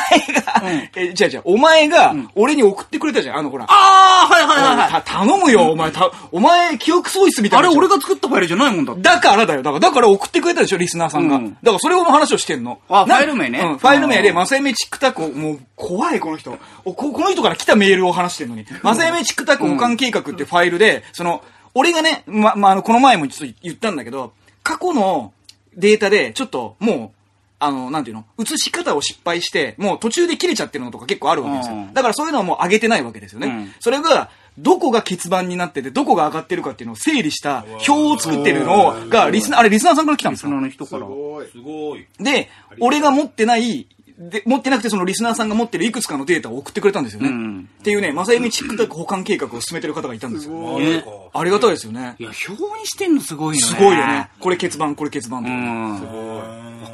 A: え、違う違う、お前が、俺に送ってくれたじゃん、あのほら。
C: ああ、はいはいはいはい。
A: た頼むよ、お前、た、お前、記憶喪失みたい
C: あ
A: な。
C: れ俺。が作ったファイルじゃないもんだって。
A: だからだよ。だから、だから送ってくれたでしょ、リスナーさんが。
C: うん
A: だから、それを話をしてんの。
C: あ
A: な
C: ファイル名ね
A: うん、ファイル名で、
C: うん
A: マサイメチックタクを、もう、怖い、この人。おここの人から来たメールを話してんのに。マサイメチックタク保管計画ってファイルで、その、俺がね、ま、まあ、あの、この前もちょっと言ったんだけど、過去のデータで、ちょっと、もう、あの、なんていうの映し方を失敗して、もう途中で切れちゃってるのとか結構あるわけですよ。
C: うん
A: だからそういうのはもう上げてないわけですよね。
C: うん
A: それが、どこが欠番になってて、どこが上がってるかっていうのを整理した表を作ってるのをが、リスナー、あれリスナーさんから来たんです
C: そ
A: か
C: の人から。
E: ごい。
D: すごい。
A: で、俺が持ってない、で、持ってなくてそのリスナーさんが持ってるいくつかのデータを送ってくれたんですよね。
C: うん
A: っていうね、まさゆみチックタック保管計画を進めてる方がいたんですよ。
C: ね
A: ありがたいですよね
C: い。や、表にしてんのすごいよね。
A: すごいよね。。これ欠番、これ欠番と
C: う
A: かね
C: ん。わ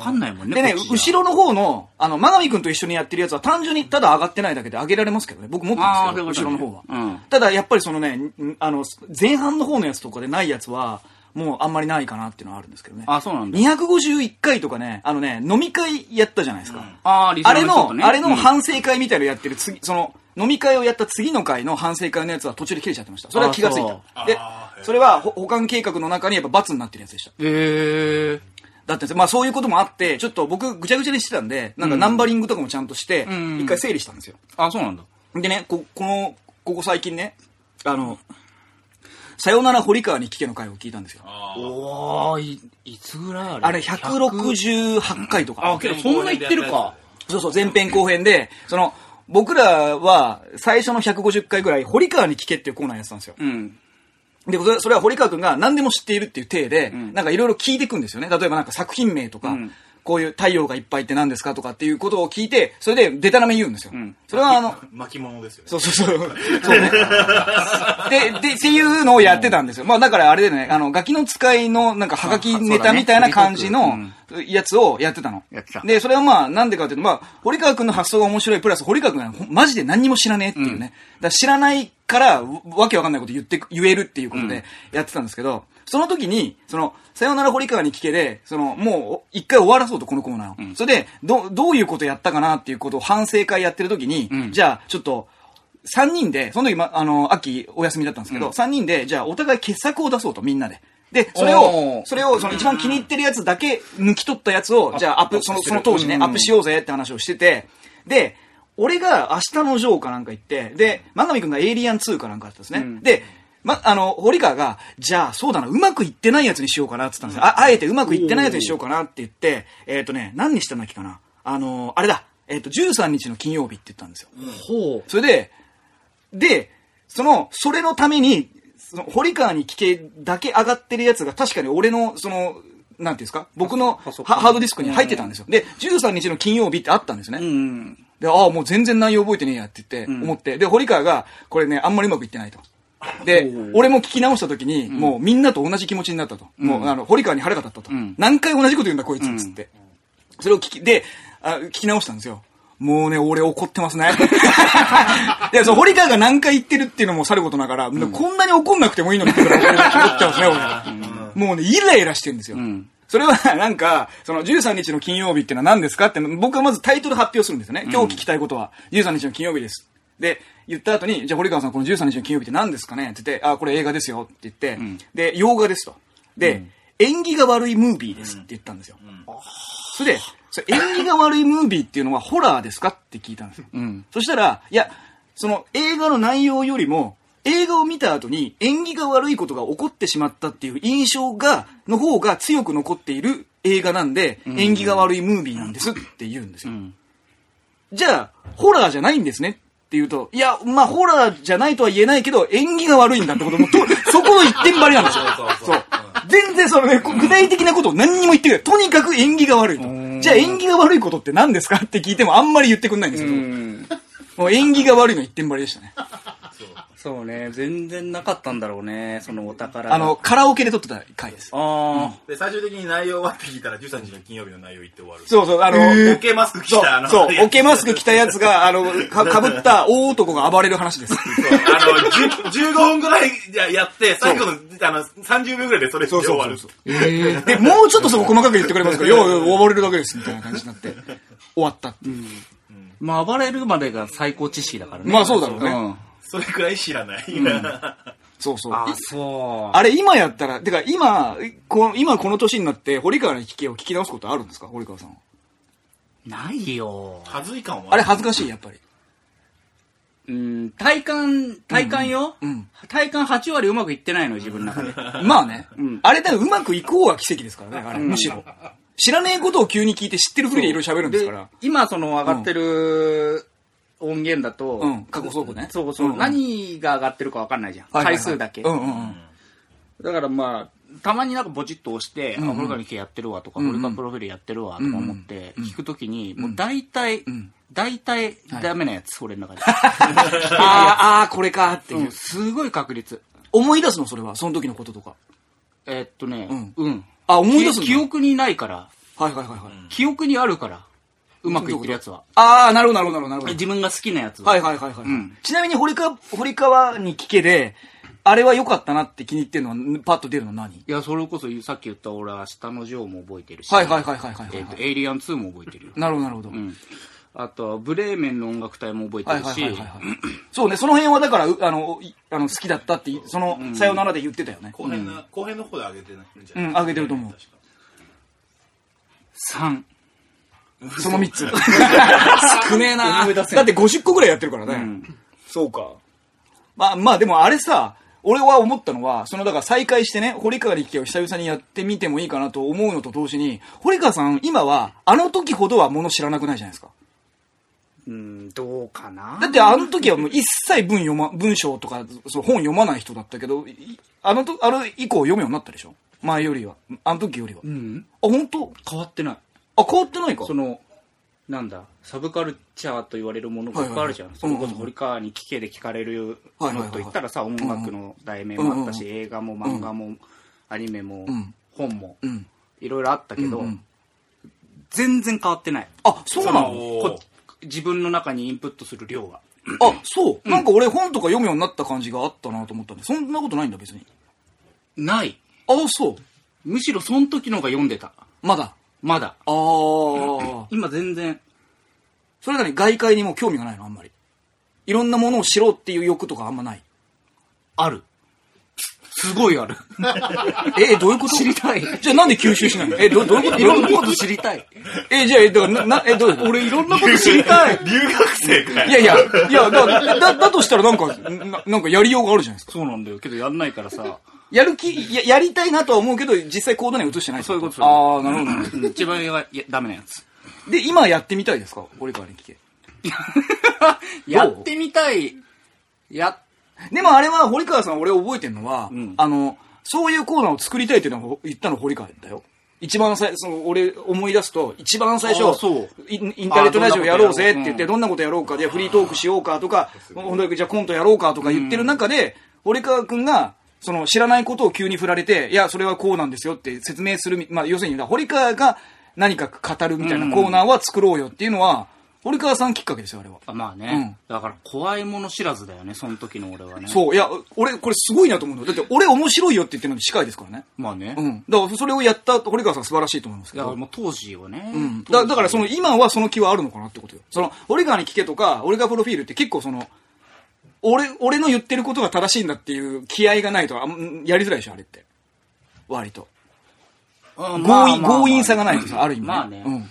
C: かんないもんね。
A: でね
C: こっち、じゃ
A: 後ろの方の、あの、真上くんと一緒にやってるやつは単純にただ上がってないだけで上げられますけどね。僕持ってま
C: あー
A: す
C: そう
A: け
C: い
A: ど、後ろ
C: うことね
A: の方は、
C: うん
A: ただやっぱりそのね、んあの、前半の方のやつとかでないやつは、もうあんまりないかなっていうのはあるんですけどね。
C: あそうなんだ
A: 251回とかね、あのね、飲み会やったじゃないですか。
C: あーリスナ
A: あ
C: ー
A: れ
C: の人
A: の
C: と、ね
A: あれ
C: う
A: の
C: ん
A: 反省会みたいのやってる次、その、飲み会をやった次の回の反省会のやつは途中で切れちゃってました。それは気がつい
D: あ
A: た。
D: そう
A: で
D: あー、
A: それはほ保管計画の中にやっぱ罰になってるやつでした。
C: えー。
A: だってまあそういうこともあって、ちょっと僕ぐちゃぐちゃにしてたんで、なんかナンバリングとかもちゃんとして、
C: ん
A: 一回整理したんですよ。
C: あ、そうなんだ。
A: でね、こ、この、ここ最近ね、あの、さよなら堀川に聞けの回を聞いたんですよ。あ
C: おー、い、いつぐらいあれ
A: れ168回とか。
C: あ、けどそんな言ってるか。
A: そうそう、前編後編で、その、僕らは最初の150回ぐらい堀川に聞けっていうコーナーやってたんですよ。
C: うん。
A: で、それそれは堀川くんが何でも知っているっていう体で、なんかいろいろ聞いていくんですよね。例えばなんか作品名とか、
C: うん
A: こういう太陽がいっぱいって何ですかとかっていうことを聞いて、それでデタラメ言うんですよ。それはあの、
D: 巻物ですよね。
A: そうそうそう。そうね。で、で、っていうのをやってたんですよ。まあだからあれでね、あの、ガキの使いのなんかハガキネタみたいな感じ
C: そう
A: のやつをやってたの
C: やってた。
A: で、それはまあなんでかっていうと、まあ、堀川くんの発想が面白い、プラス堀川くんがほんマジで何にも知らねえっていうね。だから知らないから、わわけわかんないこと言ってく、言えるっていうことでやってたんですけど、その時に、その、さよなら堀川に聞けで、その、もう、一回終わらそうと、このコーナーを。それで、ど、どういうことやったかなっていうことを反省会やってる時に、じゃあ、ちょっと、3人で、その時、ま、あの、秋お休みだったんですけど、三3人で、じゃあお互い傑作を出そうと、みんなで。で、それ
C: お
A: を
C: ー、
A: それを、その一番気に入ってるやつだけ抜き取ったやつを、じゃあアップ、その、その当時ね、アップしようぜって話をしてて、で、俺が明日のジョーかなんか行って、で、万波くんがエイリアン2かなんかだったんですね。で、ま、あの、堀川が、じゃあ、そうだな、うまくいってないやつにしようかなって言ったんですよ。あ、あえてうまくいってないやつにしようかなって言って、えっ、とね、何にしたんだっけかな。あの、あれだ、えっ、と、13日の金曜日って言ったんですよ。
C: ほう。
A: それで、で、その、それのために、その、堀川に聞けだけ上がってるやつが、確かに俺の、その、なんていうんですか僕のハハードディスクに入ってたんですよ。で、13日の金曜日ってあったんですね。
C: うん。
A: で、ああ、もう全然内容覚えてねえやって言って、思って。で、堀川が、これね、あんまりうまくいってないと。で、俺も聞き直した時に、もうみんなと同じ気持ちになったと。もう、あの、堀川に腹が立ったと。何回同じこと言うんだ、こいつ、つって。それを聞き、で、あ聞き直したんですよ。もうね、俺怒ってますね。 いや、そう、堀川が何回言ってるっていうのもさることながら、こんなに怒んなくてもいいのにってぐらい俺が怒ってますね、俺は。もうね、イライラしてるんですよ。それは、 なんか、その、13日の金曜日ってのは何ですかっての、僕はまずタイトル発表するんですよね。今日聞きたいことは、13日の金曜日です。で、言った後に、じゃあ堀川さん、この13日の金曜日って何ですかねって言って、あ、これ映画ですよって言って、で、洋画ですと。で、縁起が悪いムービーですって言ったんですよ。それで、それ演技が悪いムービーっていうのはホラーですかって聞いたんですよ。そしたら、いや、その映画の内容よりも、映画を見た後に演技が悪いことが起こってしまったっていう印象が、の方が強く残っている映画なんで、演技が悪いムービーなんですって言うんですよ。じゃあ、ホラーじゃないんですねって言うと、いや、まあ、ホラーじゃないとは言えないけど、演技が悪いんだってことも、と そこの一点張りなんですよ。そう 全然そのね、こ具体的なことを何にも言ってくれない。とにかく演技が悪いと。じゃあ演技が悪いことって何ですかって聞いてもあんまり言ってくんないんですけど、もう演技が悪いの一点張りでしたね。
C: そうね、全然なかったんだろうね、そのお宝が
A: あの、、カラオケで撮ってた回です。
C: あ
D: で、最終的に内容はって聞いたら、13日の金曜日の内容言って終わる。
A: そうそう、あの、
D: オケマスク着
A: そう
D: た、あの、
A: そう、オケマ
D: ス
A: スク着たやつが、あの、かかぶった大男が暴れる話です。
D: ク。あの、じゅ15分ぐらいややって、最後の、あの、30秒ぐらいでそれで終わる。
A: で、もうちょっとそこ細かく言ってくれますから、よう、溺れるだけです、みたいな感じになって、終わったっていう。
C: まあ、暴れるまでが最高知識だからね。
A: まあそうだろうね
C: ん
D: それくらい知らない。
A: そうそう。
C: あ
A: い、
C: そう。
A: あれ今やったら、てか今、この今この年になって、堀川の聞きを聞き直すことあるんですか堀川さんは。
C: ないよ。
D: はずい感は
A: あれ恥ずかしい、やっぱり。
C: うん、体感、体感よ、
A: うん
C: 体感8割うまくいってないのよ、自分の中で。
A: まあね。
C: ん
A: あれだからうまくいこうは奇跡ですからね、あれ。むしろ。知らねえことを急に聞いて知ってるふりでいろいろ喋るんですから。
C: 今、その、上がってる音源だと、
A: うん過去倉庫ね
C: そうそう、
A: うんうん
C: 何が上がってるかわかんないじゃん。
A: はいはいはい
C: 回数だけ。
A: うんうんうん。
C: だからまあ、たまになんかポチッと押して、あ、ホルガニ系やってるわとか、ホルガプロフィールやってるわとか思って、聞くときに、もう大体、大体ダメなやつ、俺の中で。
A: あーあー、これかって
C: う
A: い
C: ん
A: う。
C: すごい確率。
A: 思い出すの、それは。その時のこととか。
C: えーっとね、
A: うん
C: うん。
A: あ、思い出すの
C: 記記憶にないから、
A: はいはいはいはい。
C: 記憶にあるから、うまくいってるやつは。
A: ああ、なるほどなるほどなるほど。
C: 自分が好きなやつは。
A: はいはいはいはい。
C: うん
A: ちなみに堀川、堀川に聞けで、あれは良かったなって気に入ってるのは、パッと出るのは何
C: いや、それこそさっき言った俺は明日のジョーも覚えてるし、
A: はいはいはいはいはい、はい
C: えーっと、エイリアン2も覚えてるよ。
A: なるほどなるほど。
C: うん。あとは、ブレーメンの音楽隊も覚えて
A: はい
C: る
A: はい
C: し、
A: はいはいはい。そうね、その辺はだから、うあの、いあの好きだったってい、その、さよならで言ってたよね。
D: 後編の、後編の方で上げてないんじゃ
A: う
D: ない
A: ん、あげてると思う。
C: 3。
A: その3つ。 少ねえなだって50個ぐらいやってるからね。そうか。まあまあでもあれさ、俺は思ったのは、そのだから再開してね、堀川力也を久々にやってみてもいいかなと思うのと同時に、堀川さん今はあの時ほどは物知らなくないじゃないですか。
C: うん、どうかな
A: だってあの時はもう一切文読ま、文章とかそう本読まない人だったけど、いあのと、あれ以降読むようになったでしょ前よりは。あの時よりは。あ、本当
C: 変わってない。
A: あ、変わってないか。
C: そのなんだサブカルチャーと言われるものがいっぱいあるじゃん、
A: はい
C: そ
A: はい
C: れ
A: はい
C: こそ堀川に聞けで聞かれる
A: はいはい
C: の
A: はい
C: といったらさ、音楽の題名もあったし、映画も漫画も、アニメも、
A: ん
C: 本も、
A: うん。
C: いろいろあったけど、
A: うんうん
C: 全然変わってない
A: あ、そうなの
C: こ自分の中にインプットする量が
A: あ、そう。なんか俺本とか読むようになった感じがあったなと思ったんで、そんなことないんだ別に。
C: ない
A: あ、そう。
C: むしろその時の方が読んでた
A: まだ。
C: まだ
A: ああ。
C: 今全然
A: それなりに外界にもう興味がないの、あんまり。いろんなものを知ろうっていう欲とかあんまない。
C: あるすごいある
A: え、えどういうこと知りたい。じゃあなんで吸収しないのえ、どどういうこと
C: いろんなこと知りたい
A: え、じゃあ、え、だからな、な、え、どういうこと
C: 俺いろんなこと知りたい
D: 留学生か
A: いや
D: よ。
A: いや、いや、だ、だ、だとしたらなんか、ななんかやりようがあるじゃないですか。
C: そうなんだよけどやんないからさ
A: やる気、や、やりたいなとは思うけど、実際行動には移してないって。
C: そういうことそういう
A: ああ、なるほどなるほ
C: 一番やいやダメなやつ
A: ど。で、今やってみたいですか堀川に聞け。
C: やってみたいや
A: でもあれは、堀川さん俺覚えてるのは、
C: ん
A: あの、そういうコーナーを作りたいっていうのを言ったの堀川だよ。一番最その俺思い出すと、一番最
C: あー
A: 初
C: そう
A: イン、インターネットラジオやろうぜって言って、
C: あー
A: どんなことやろうか、で、フリートークしようかとか、本当にじゃあコントやろうかとか言ってる中で、堀川くんが、その知らないことを急に振られて、いや、それはこうなんですよって説明するみ、まあ、要するに、堀川が何か語るみたいなコーナーは作ろうよっていうのは、堀川さんきっかけですよ、あれは。
C: あまあね、だから怖いもの知らずだよねその時の俺はね
A: そう、いや、俺、これすごいなと思うの。だって、俺面白いよって言ってるのに司会ですからね。
C: まあね、
A: う
C: い
A: ん。だから、それをやった堀川さん素晴らしいと思いますけ
C: や
A: ど。
C: もう当時をね、
A: うん。だだから、その、今はその気はあるのかなってことよ。その、堀川に聞けとか、俺がプロフィールって結構その、俺、俺の言ってることが正しいんだっていう気合がないと、あんやりづらいでしょ、あれって。割と。
C: うんま
A: 強
C: あ
A: 引、
C: まあまあ
A: 強引さがないとさ、ある意味ね。
C: まあね、
A: うん。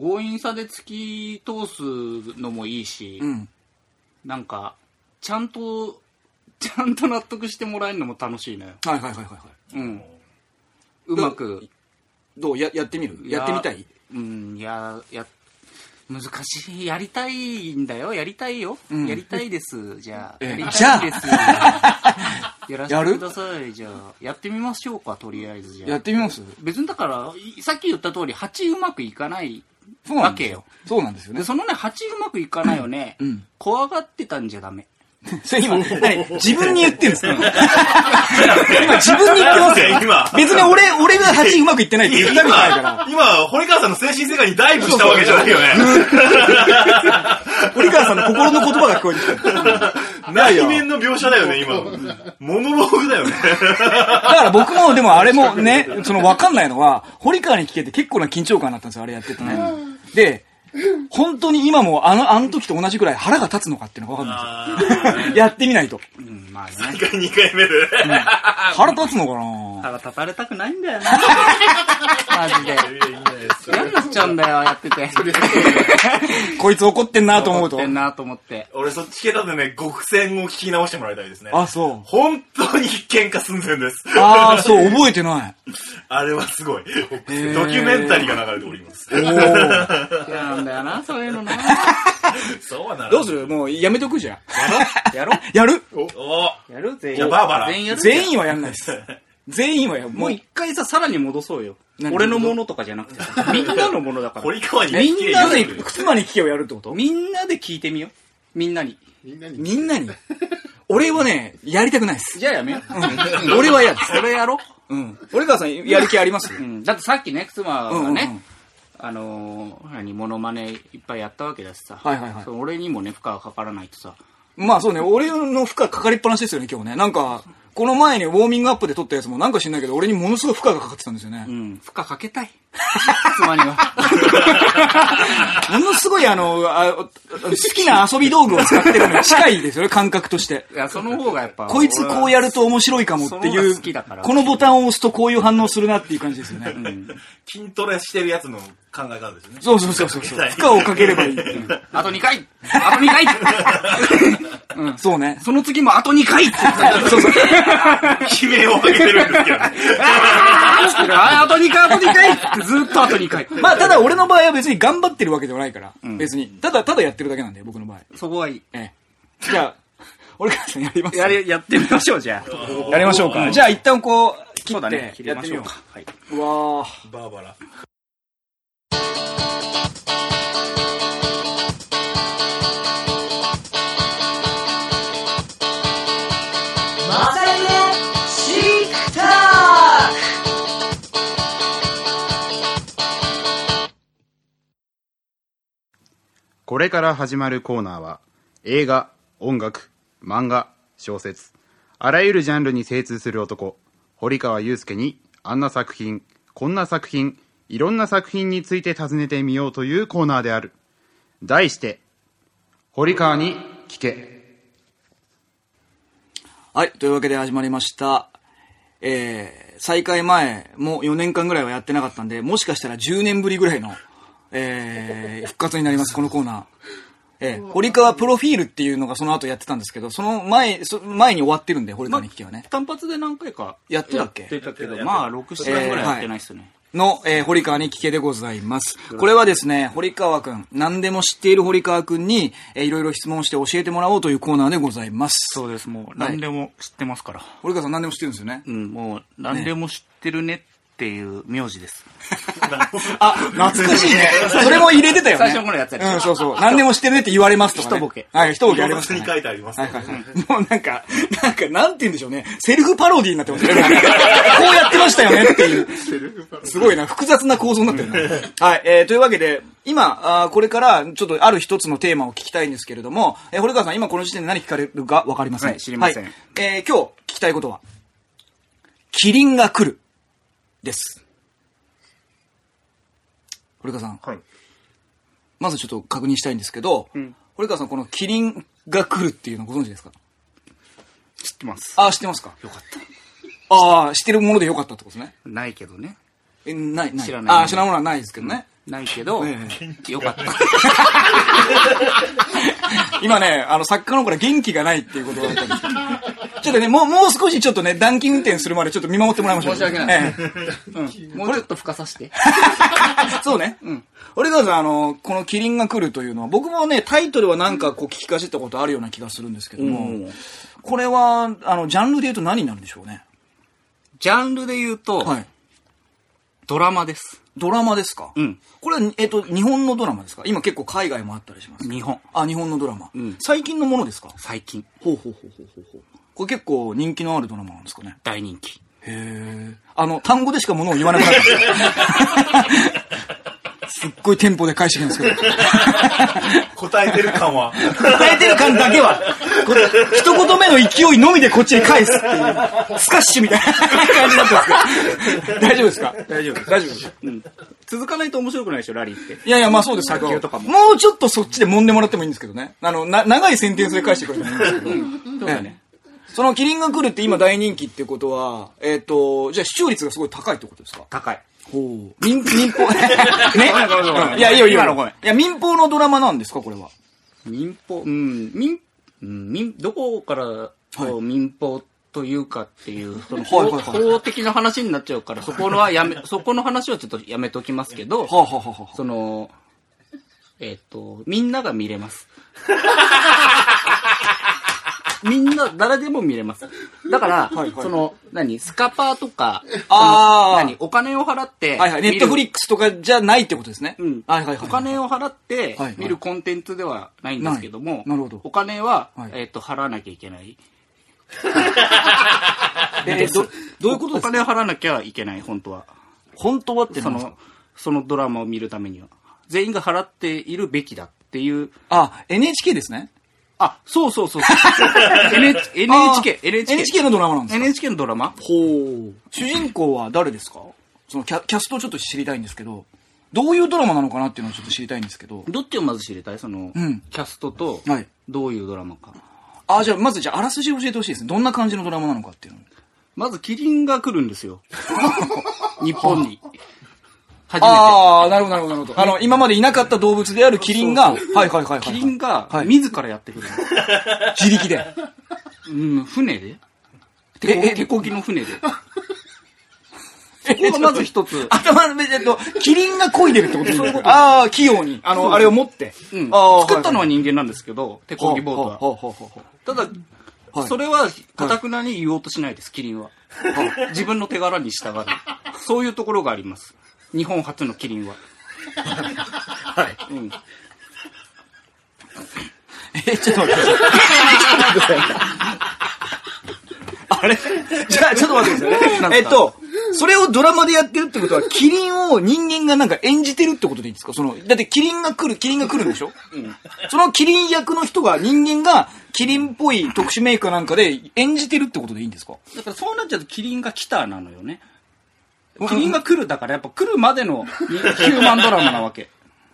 C: 強引さで突き通すのもいいし、
A: うん。
C: なんかちゃんと ちゃんと納得してもらえるのも楽しいのよ、
A: はいはいはいはいはい。
C: うん、うまく
A: どうや、やってみるやってみたい
C: うんいやや難しいやりたいんだよやりたいよ、
A: ん
C: やりたいですじゃあ
A: ええ
C: やりたいです や
A: や
C: らせ
A: る
C: てくださいじゃあやってみましょうかとりあえずじゃあ
A: やってみます
C: 別にだからいさっき言った通り8うまくいかない
A: そうな
C: わ
A: んで
C: け
A: す
C: よ。
A: そうなんですよね
C: で。そのね8うまくいかないよね、
A: うん
C: 怖がってたんじゃダメ
A: それ今、何自分に言ってるんですか 今自分に言ってますよ。
D: 今
A: 別に俺、俺が8うまくいってないって言ったことないから。
D: 今、今、堀川さんの精神世界にダイブしたわけじゃないよね。
A: 堀川さんの心の言葉が聞こえてきた。だか
D: 内面の描写だよね、今。モノローグだよね。
A: ら僕も、でもあれもね、その分かんないのは、堀川に聞けて結構な緊張感だったんですよ、あれやっててね。で、本当に今もあの、あの時と同じくらい腹が立つのかっていうのが分かんないんですよ。やってみないと。
C: うんまあね
D: 一回二回目で。
A: 腹立つのかな
C: 腹立たれたくない んだよなマジで嫌になっちゃうんだよやってて
A: こいつ怒ってんなと思うと
C: 怒っ。てんなと思って
D: 俺そっち系だとね、極戦を聞き直してもらいたいですね。
A: あ、そう。
D: 本当に喧嘩寸前です。
A: ああ、そう、覚えてない。
D: あれはすごい。ドキュメンタリーが流れております。
A: おー
C: 嫌なんだよ なそういうのな
D: そうはなら
A: どうするもうやめとくじゃん。
C: やろ
A: やる
D: お
C: やる全員
D: じゃあバーバラ
C: 全員やる
A: 全員はやんないです。 全員はやん
C: も
A: も
C: う
A: う
C: 一回ささらに戻そうよ
A: 何
C: 俺のものとかじゃなくて さみんなのものだから
D: 堀川に
A: みんなで靴間に聞けをやるってこと
C: みんなで聞いてみようみんなに
E: みんなに。
A: みんなに。俺はね、やりたくない です。
C: じゃあやめよう
A: 俺は嫌です。
C: それやろ
A: うん。俺川さん、やる気あります
C: う、んだってさっきね妻
A: うんうん
C: が
A: うん
C: ねあのー何モノマネいっぱいやったわけだしさ
A: はいはいはい
C: そう俺にもね負荷がかからないとさ
A: まあそうね、俺の負荷かかりっぱなしですよね、今日ね。なんか、この前にウォーミングアップで撮ったやつもなんか知んないけど、俺にものすごい負荷がかかってたんですよね
C: う。ん負荷かけたい 妻には
A: ものすごいあの、あ好きな遊び道具を使ってるのに近いですよね、感覚として。
C: いやその方がやっぱ
A: こいつこうやると面白いかもって
C: その方
A: い
C: が好きだ
A: う
C: から、
A: このボタンを押すとこういう反応するなっていう感じですよね。
D: 筋トレしてるやつの考え方ですね。
A: そうそうそうそうそう。負荷をかければいいっていう。
C: あと2回あと2回 うん
A: そうね。
C: その次もあと2回って言ってた
A: そうそう。
D: 悲鳴を上げてるんですけどね。
C: あーあと2回あと2回ってずっとあと2回
A: まあ、ただ俺の場合は別に頑張ってるわけではないから、別に。ただ、ただやってるだけなんだよ、僕の場合。
C: そこはいい
A: ええ。じゃあ、 俺からさんやります
C: やれやってみましょうじゃあ
A: やりましょうか。じゃあ一旦こう、切
C: そう
A: っ
C: だね
A: て、やってみよう。
C: 切りましょうかはいう
A: うわー
D: バーバラ。
F: これから始まるコーナーは映画音楽漫画小説あらゆるジャンルに精通する男堀川雄介にあんな作品こんな作品いろんな作品について尋ねてみようというコーナーである題して堀川に聞け
A: はい、というわけで始まりました。えー、再開前、もう4年間ぐらいはやってなかったんで、もしかしたら10年ぶりぐらいの、えー、復活になります、このコーナー。えー、堀川プロフィールっていうのがその後やってたんですけど、その前、そ前に終わってるんで、堀川の聞きはね。
C: 単発で何回か
A: やってたっけ
C: やってたけど、まあ、6、7年ぐらいやってないっすね。
A: の、えー堀川に聞けでございます。これはですね、堀川くん、何でも知っている堀川くんに、えーいろいろ質問して教えてもらおうというコーナーでございます。
C: そうです、もう、
A: はい
C: 何でも知ってますから。
A: 堀川さん何でも知ってるんですよね
C: う。ん、もう、何でも知ってるねっていう名字です。
A: あ、懐かしいね。それも入れてたよね。
C: 最初の頃やったやつ
A: うん、そうそう。何でも知ってるねって言われますとか、ね。
C: 一ボケ
A: はい、一ボケあります
D: 小説に書いてありますね
A: はいはいはい。もうなんか、なんか、なんて言うんでしょうね。セルフパロディーになってますね。なんかこうやってましたよねっていう。すごいな、複雑な構造になってる な。はい、えー、というわけで、今、あーこれから、ちょっとある一つのテーマを聞きたいんですけれども、えー堀川さん、今この時点で何聞かれるかわかりません。
C: はい知りません
A: はいえー今日聞きたいことは、キリンが来る、です。堀川さん。
C: はい。
A: まずちょっと確認したいんですけど、堀川さん、このキリンが来るっていうのご存知ですか
C: 知ってます。
A: ああ、知ってますかよかった。ああ、知ってるものでよかったってことですね。
C: ないけどね。
A: え、ない、ない。
C: 知らない
A: ああ、知らんものはないですけどね。
C: ないけど、
A: え
C: よかった。
A: 今ね、あの、作家の子から元気がないっていうことだったん ですけど。ちょっとね、もう、もう少しちょっとね、暖気運転するまでちょっと見守ってもらいましょう。
C: 申し訳ない
A: え え
C: もうちょっと深さして。
A: そうね。うん。堀川さん、あの、このキリンが来るというのは、僕もね、タイトルはなんかこう聞きかじったことあるような気がするんですけども、これは、あの、ジャンルで言うと何になるんでしょうね。
C: ジャンルで言うと、
A: はい。
C: ドラマです。
A: ドラマですか、
C: うん
A: これは、えっと、日本のドラマですか今結構海外もあったりします。
C: 日本。
A: あ、日本のドラマ、
C: ん
A: 最近のものですか
C: 最近、
A: ほうほうほうほうほうほう。これ結構人気のあるドラマなんですかね
C: 大人気。
A: へえ。あの、単語でしかものを言わなくな ってます。すっごいテンポで返してくるんですけど。
D: 答えてる感は。
A: 答えてる感だけは、これ一言目の勢いのみでこっちに返すっていう、スカッシュみたいな感じになってますけど。大丈夫ですか大丈夫です。大丈夫です。
C: 続かないと面白くないでしょ、ラリーって。
A: いやいや、まあそうですけど、
C: 卓球とかも
A: うちょっとそっちで揉んでもらってもいいんですけどね。あの、な、長いセンテンスで返してくれてもいいんですけど。
C: そうだね。
A: そのキリンが来るって今大人気ってことは、えっ、と、じゃあ視聴率がすごい高いってことですか
C: 高い。
A: ほう。民、民放、ね。
C: ごめんごめんごめん
A: うんいや、いいよいいよ。
C: 今のごめん
A: いや、民放のドラマなんですかこれは。
C: 民放、うん、民、うん、民、どこからこう民放というかっていう、その
A: はい
C: 法
A: はいはい
C: 法的な話になっちゃうから、そこのはや め、そこの話はちょっとやめときますけど、
A: はあ、はあはあはあ
C: その、えっ、と、みんなが見 れます。みんな、誰でも見れます。だから、
A: はいはい
C: その、何、スカパーとか、
A: あー
C: その何、お金を払って、
A: はいはい。ネットフリックスとかじゃないってことですね。
C: うん
A: はいはいはい。
C: お金を払って
A: はい
C: 見るコンテンツではないんですけども、
A: ないなるほど
C: お金は、
A: はい
C: えっと払わなきゃいけない。
A: えーど、どういうことです
C: お
A: か
C: 金を払わなきゃいけない、本当は。
A: 本当はってな
C: そ
A: んですか
C: の、そのドラマを見るためには。全員が払っているべきだっていう。
A: あ、NHK ですね。
C: あ、そうそうそ うそう。NH- NHK、
A: あー NHK のドラマなんですか
C: NHK のドラマ
A: ほう。主人公は誰ですかそのキャキャストをちょっと知りたいんですけど、どういうドラマなのかなっていうのをちょっと知りたいんですけど。
C: どっちをまず知りたいその、
A: うん
C: キャストと
A: はい、
C: どういうドラマか。
A: あ、じゃあまずじゃああらすじ教えてほしいですね。どんな感じのドラマなのかっていうの。
C: まず、キリンが来るんで すよ。日本に。初めて。
A: ああ、なるほどなるほどなるほど。あの、今までいなかった動物であるキリンが、はいはいはいはいはい。
C: キリンが
A: は、い
C: 自らやってくる。
A: 自力で。
C: うん、船で
A: ええ
C: 手こぎの船で。そこがまず一つ。
A: 頭の目で、えっと、キリンが漕いでるってことですかああ、器用に。あの、あれを持って。
C: うん
A: あー
C: 作ったのはい人間なんですけど、手こぎボートは。
A: ほうほうほうほう
C: ただ、
A: はい
C: それは、かたくなに言おうとしないです、キリンは。自分の手柄に従う。そういうところがあります。日本初のキリンは。
A: はい。 え、ちょっと待ってくだ さい。あれじゃあ、ちょっと待ってくださいね。えっと、それをドラマでやってるってことは、キリンを人間がなんか演じてるってことでいいんですかその、だってキリンが来る、キリンが来るんでしょそのキリン役の人が、人間がキリンっぽい特殊メイクかなんかで演じてるってことでいいんですか
C: だからそうなっちゃうとキリンが来たなのよね。キリンが来るだからやっぱ来るまでのヒューマンドラマなわけ。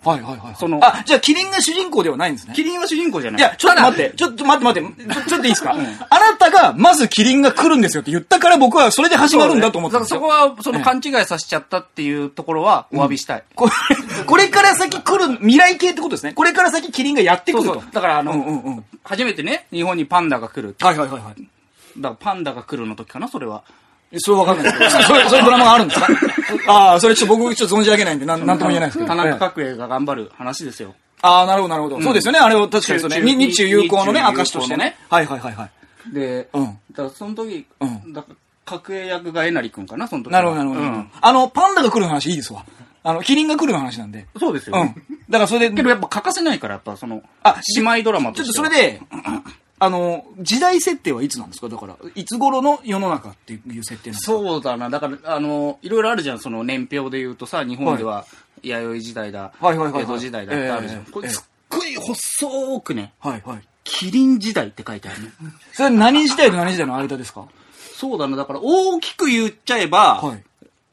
A: はいはいはい。
C: その
A: あ、じゃあキリンが主人公では ないんですね。
C: キリンは主人公じゃないい。
A: や、ちょっと待って、ちょっと待って待って、ちょちょっといいですか、あなたが、まずキリンが来るんですよって言ったから僕はそれで始まるんだと思ってたん
C: だ
A: です
C: か
A: よ。
C: らそこは、その勘違いさせちゃったっていうところはお詫びしたい。
A: これ、これから先来る未来系ってことですね。これから先キリンがやってく
C: そう
A: ると。
C: そう。だからあの、
A: うんうんうん。
C: 初めてね、日本にパンダが来る。
A: はいはいはいはい。
C: だからパンダが来るの時かな、それは。
A: それわかんないですけど。それ、それドラマがあるんですかああ、それちょっと僕ちょっと存じ上げないんで、なんなんとも言えないですけど。
C: 田中
A: ええ
C: 角栄が頑張る話ですよ。
A: ああ、なるほどなるほど。そうですよね。あれを確かにそうね。
C: 中
A: に日中友好のね、
C: 日中友好の
A: 証としてね
C: ね。
A: はいはいはいはい。
C: で、
A: うん
C: だからその時、
A: うん
C: だから角栄役がえなりくんかな、その時
A: な
C: は。
A: るほどなるほど。
C: うん
A: あの、パンダが来る話いいですわ。あの、キリンが来るの話なんで。
C: そうですよ。
A: うん。だからそれで
C: け、どやっぱ欠かせないから、やっぱその、
A: あ
C: 姉妹ドラマ
A: ちょ
C: と
A: っ
C: し
A: とそ
C: ては
A: れで、あの、時代設定はいつなんですかだから、いつ頃の世の中っていう設定なんですか
C: そうだな。だから、あの、いろいろあるじゃん。その年表で言うとさ、日本では、弥生時代だ、
A: はいはいはいはい
C: 江戸時代だってあるじゃん。
A: ええ
C: これ
A: ええ
C: すっごい細くね、
A: はいはい。
C: キリン時代って書いて あるね。
A: それ何時代と何時代の間ですか
C: そうだな。だから、大きく言っちゃえば、
A: はい。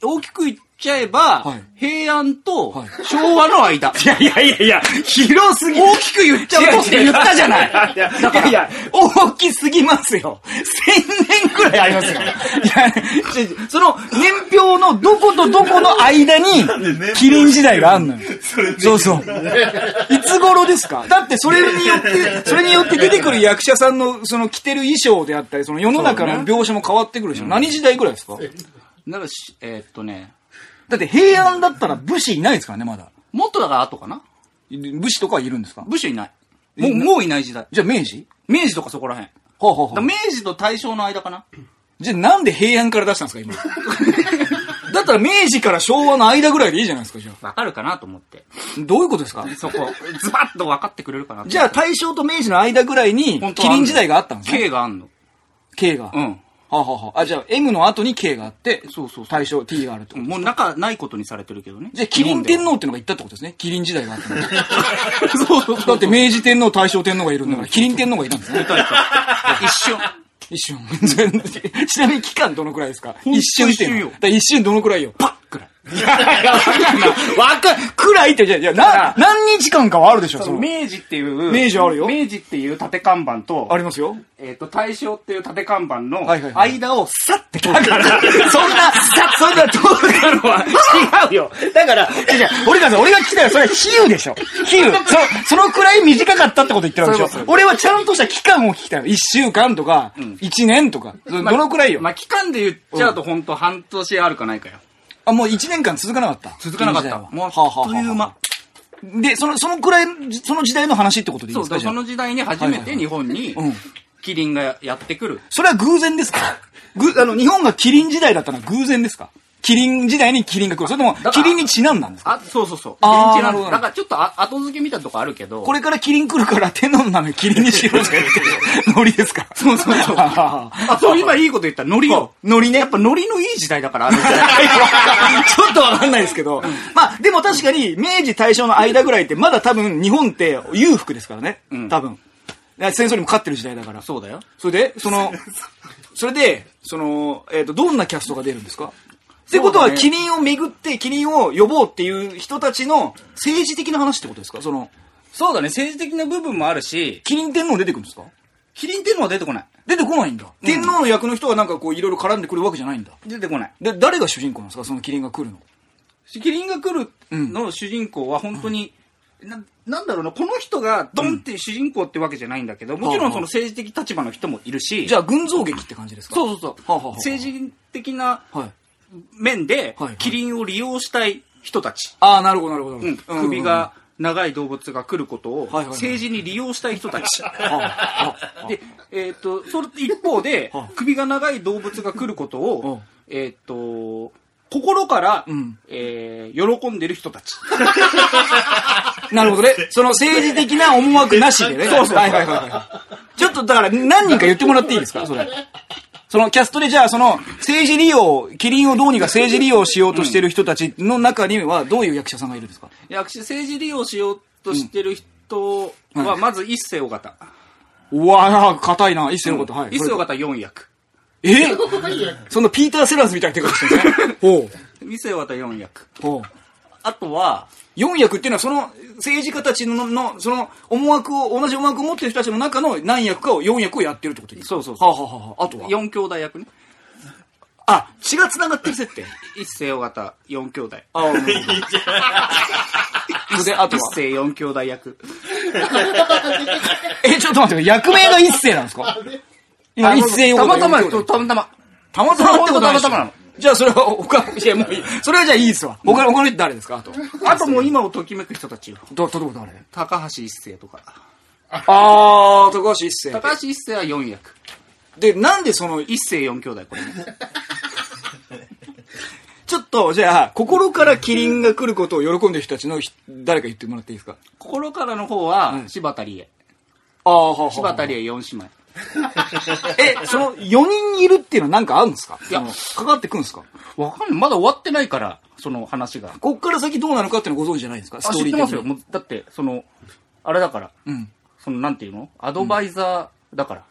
C: 大きく言っちゃえば、
A: はい
C: 平安と
A: はい
C: 昭和の間。
A: いやいやいやいや、広すぎ
C: 大きく言っちゃうとって言ったじゃない。
A: いやいや、大きすぎますよ。千年くらいありますよ。いやちょ、その年表のどことどこの間に、キリン時代があんのよ。そうそう。いつ頃ですかだってそれによって、それによって出てくる役者さんのその着てる衣装であったり、その世の中の描写も変わってくるでしょ。何時代くらいですか
C: なんかし、えーっとね、
A: だって平安だったら武士いないですからね、まだ。
C: もっとだから後かな
A: 武士とかはいるんですか
C: 武士いない。もう、もういない時代。
A: じゃあ明治
C: 明治とかそこらへん。
A: ほうほう
C: だから明治と大正の間かな
A: じゃあなんで平安から出したんですか、今。 だったら明治から昭和の間ぐらいでいいじゃないですか、じゃあ。
C: わかるかなと思って。
A: どういうことですか
C: そこ、 ズバッと分かってくれるかな
A: じゃあ大正と明治の間ぐらいに、キリン時代があったんですね。
C: K があんの。
A: K が。
C: う
A: は
C: ん。
A: あ、はあはあ、あ、じゃあ M の後に K があって、
C: そうそうそう
A: 大正 T があると。
C: もう中、ないことにされてるけどね。
A: じゃあ、キリン
C: 日本では
A: 天皇ってのが言ったってことですね。キリン時代があ ったの
C: そうそうそう。
A: だって明治天皇、大正天皇がいるんだから、キリン天皇がいたんですね。
C: 一瞬。
A: 一瞬。ちなみに期間どのくらいですか
C: んと
A: 一瞬っていうの
C: 一瞬
A: は。だ
C: よ
A: から一瞬どのくらいよ。
C: パッくらい。
A: わかくらいって、じゃあ、じゃあな何日間かはあるでしょ、その。
C: 明治っていう、
A: 明治あるよ
C: 明治っていう縦看板と、
A: ありますよ。
C: えっと、大正っていう縦看板の
A: はいはいはい
C: 間をさって
A: だ から、そんな、そんな、どうなのは違うよ。だから、いや、俺がさん、俺が聞きたいのは、それは比喩でしょ。比 喩。その、そのくらい短かったってこと言ってるわけでし
C: そうい
A: ょ
C: う。こ
A: 俺はちゃんとした期間を聞きたいの。1週間とか、1年とか。ど
C: まあ
A: のくらいよ
C: ま。あ、期間で言っちゃうと本当半年あるかないかよ。
A: あ、もう1年間続かなかった。
C: 続かなかった。
A: もう、
C: もう、
A: はあは
C: あっという間。
A: 間。で、その、そのくらい、その時代の話ってことでいい
C: そ
A: で
C: う、
A: す
C: だ
A: か
C: からその
A: じゃあ
C: 時代に初めて日本に
A: うん、
C: キリンがやってくる。
A: それは偶然ですかぐ、あの、日本がキリン時代だったのは偶然ですかキリン時代にキリンが来る。それとも
C: から、
A: キリンにちなんだんですか
C: あ、そうそうそう。
A: あー
C: キリンチラ
A: なるほど
C: だからちょっとあ後付け見たとこあるけど。
A: これからキリン来るから天皇の名前キリンにしようぜっていうノリですかそうそうそう。ああ
C: あ、そう、今いいこと言った。ノリを。ノリね。やっぱノリのいい時代だから、あの時 代
A: ちょっとわかんないですけど。まあ、でも確かに、明治大正の間ぐらいって、まだ多分、日本って裕福ですからね。
C: ん
A: 多分。戦争にも勝ってる時代だから。
C: そうだよ。
A: それで、そ の、それで、その、えっ、と、どんなキャストが出るんですかってことは、
C: そうだね
A: キリンを巡って、キリンを呼ぼうっていう人たちの政治的な話ってことですかその、
C: そうだね。政治的な部分もあるし、
A: キリン天皇出てくるんですか
C: キリンっていうのは出てこない。
A: 出てこないんだ。天皇の役の人がなんかこう、いろいろ絡んでくるわけじゃないんだ。
C: 出てこない。
A: で、誰が主人公なんですかそのキリンが来るの。
C: キリンが来るの主人公は本当に、ななんだろうな、この人がドンって主人公ってわけじゃないんだけど、もちろんその政治的立場の人もいるし、
A: じゃあ、群像劇って感じですか。
C: そううそう
A: はあ
C: そ
A: はあ
C: う
A: は。あ
C: 政治的な
A: はい。
C: 面で
A: はいはい、
C: キリンを利用したい人たち。
A: ああ、なるほど、なるほど。
C: うん。首。が長い動物が来ることを、
A: はいはいはい
C: 政治に利用したい人たち。
A: あああ
C: で、えっ、と、その一方で
A: はあ、
C: 首が長い動物が来ること
A: うん
C: を、えっ、と、心から、
A: ん
C: えー喜んでる人たち。
A: なるほどね。その政治的な思惑なしでね。そうそう。はいはいはいはい。ちょっとだから何人か言ってもらっていいですかそれ。そのキャストでじゃあその政治利用、キリンをどうにか政治利用しようとしてる人たちの中にはどういう役者さんがいるんですか
C: 役者政治利用しようとしてる人は、まず一世尾形。
A: うわあ、硬いな。一世のこと。はい。
C: 一世尾形4役。
A: えそのピーター・セラースみたいな手がしてるんですね。ほ
C: 一世尾形4役。
A: う。ほう。
C: あとは、
A: 四役っていうのはその政治家たちのの、その思惑を、同じ思惑を持ってる人たちの中の何役かを、四役をやってるってことです
C: そうそう
A: はあ、はあはあ、あとは
C: 4兄弟役ね。
A: あ、血が繋がってる設定。
C: 一世尾形4兄弟。
A: ああ、うん。それ で、あと
C: 一
A: は。
C: 世4兄弟役。
A: え、ちょっと待ってください、役名が一世なんですか今、一世
C: たまたま
A: 四兄
C: ですよ
A: 弟
C: たまたま。
A: たまたまってことないでしょ
C: たまたまなの
A: じゃあ、それは、他、いや、もういい。それはじゃあいいですわ。他の、他の人誰ですかあと。
C: あともう今をときめく人たちよ。
A: ど、どこ誰
C: 高橋一生とか。
A: あー、高橋一世。
C: 高橋一生は4役。
A: で、なんでその、
C: 一世4兄弟これね。
A: ちょっと、じゃあ、心からキリンが来ることを喜んでる人たちのひ誰か言ってもらっていいですか
C: 心からの方は、柴田理恵。
A: ああ、はあ、
C: 柴田理恵4姉妹。
A: え、その、4人いるっていうのはなんかあるんですかい
C: や
A: かかってくるんですか
C: わかんない。まだ終わってないから、その話が。
A: こっから先どうなのかっていうのご存知じゃないですかス
C: あ、
A: トー
C: 知っ
A: リー的に
C: てますよ。もうだって、その、あれだから、
A: うん。
C: その、なんていうのアドバイザー だから。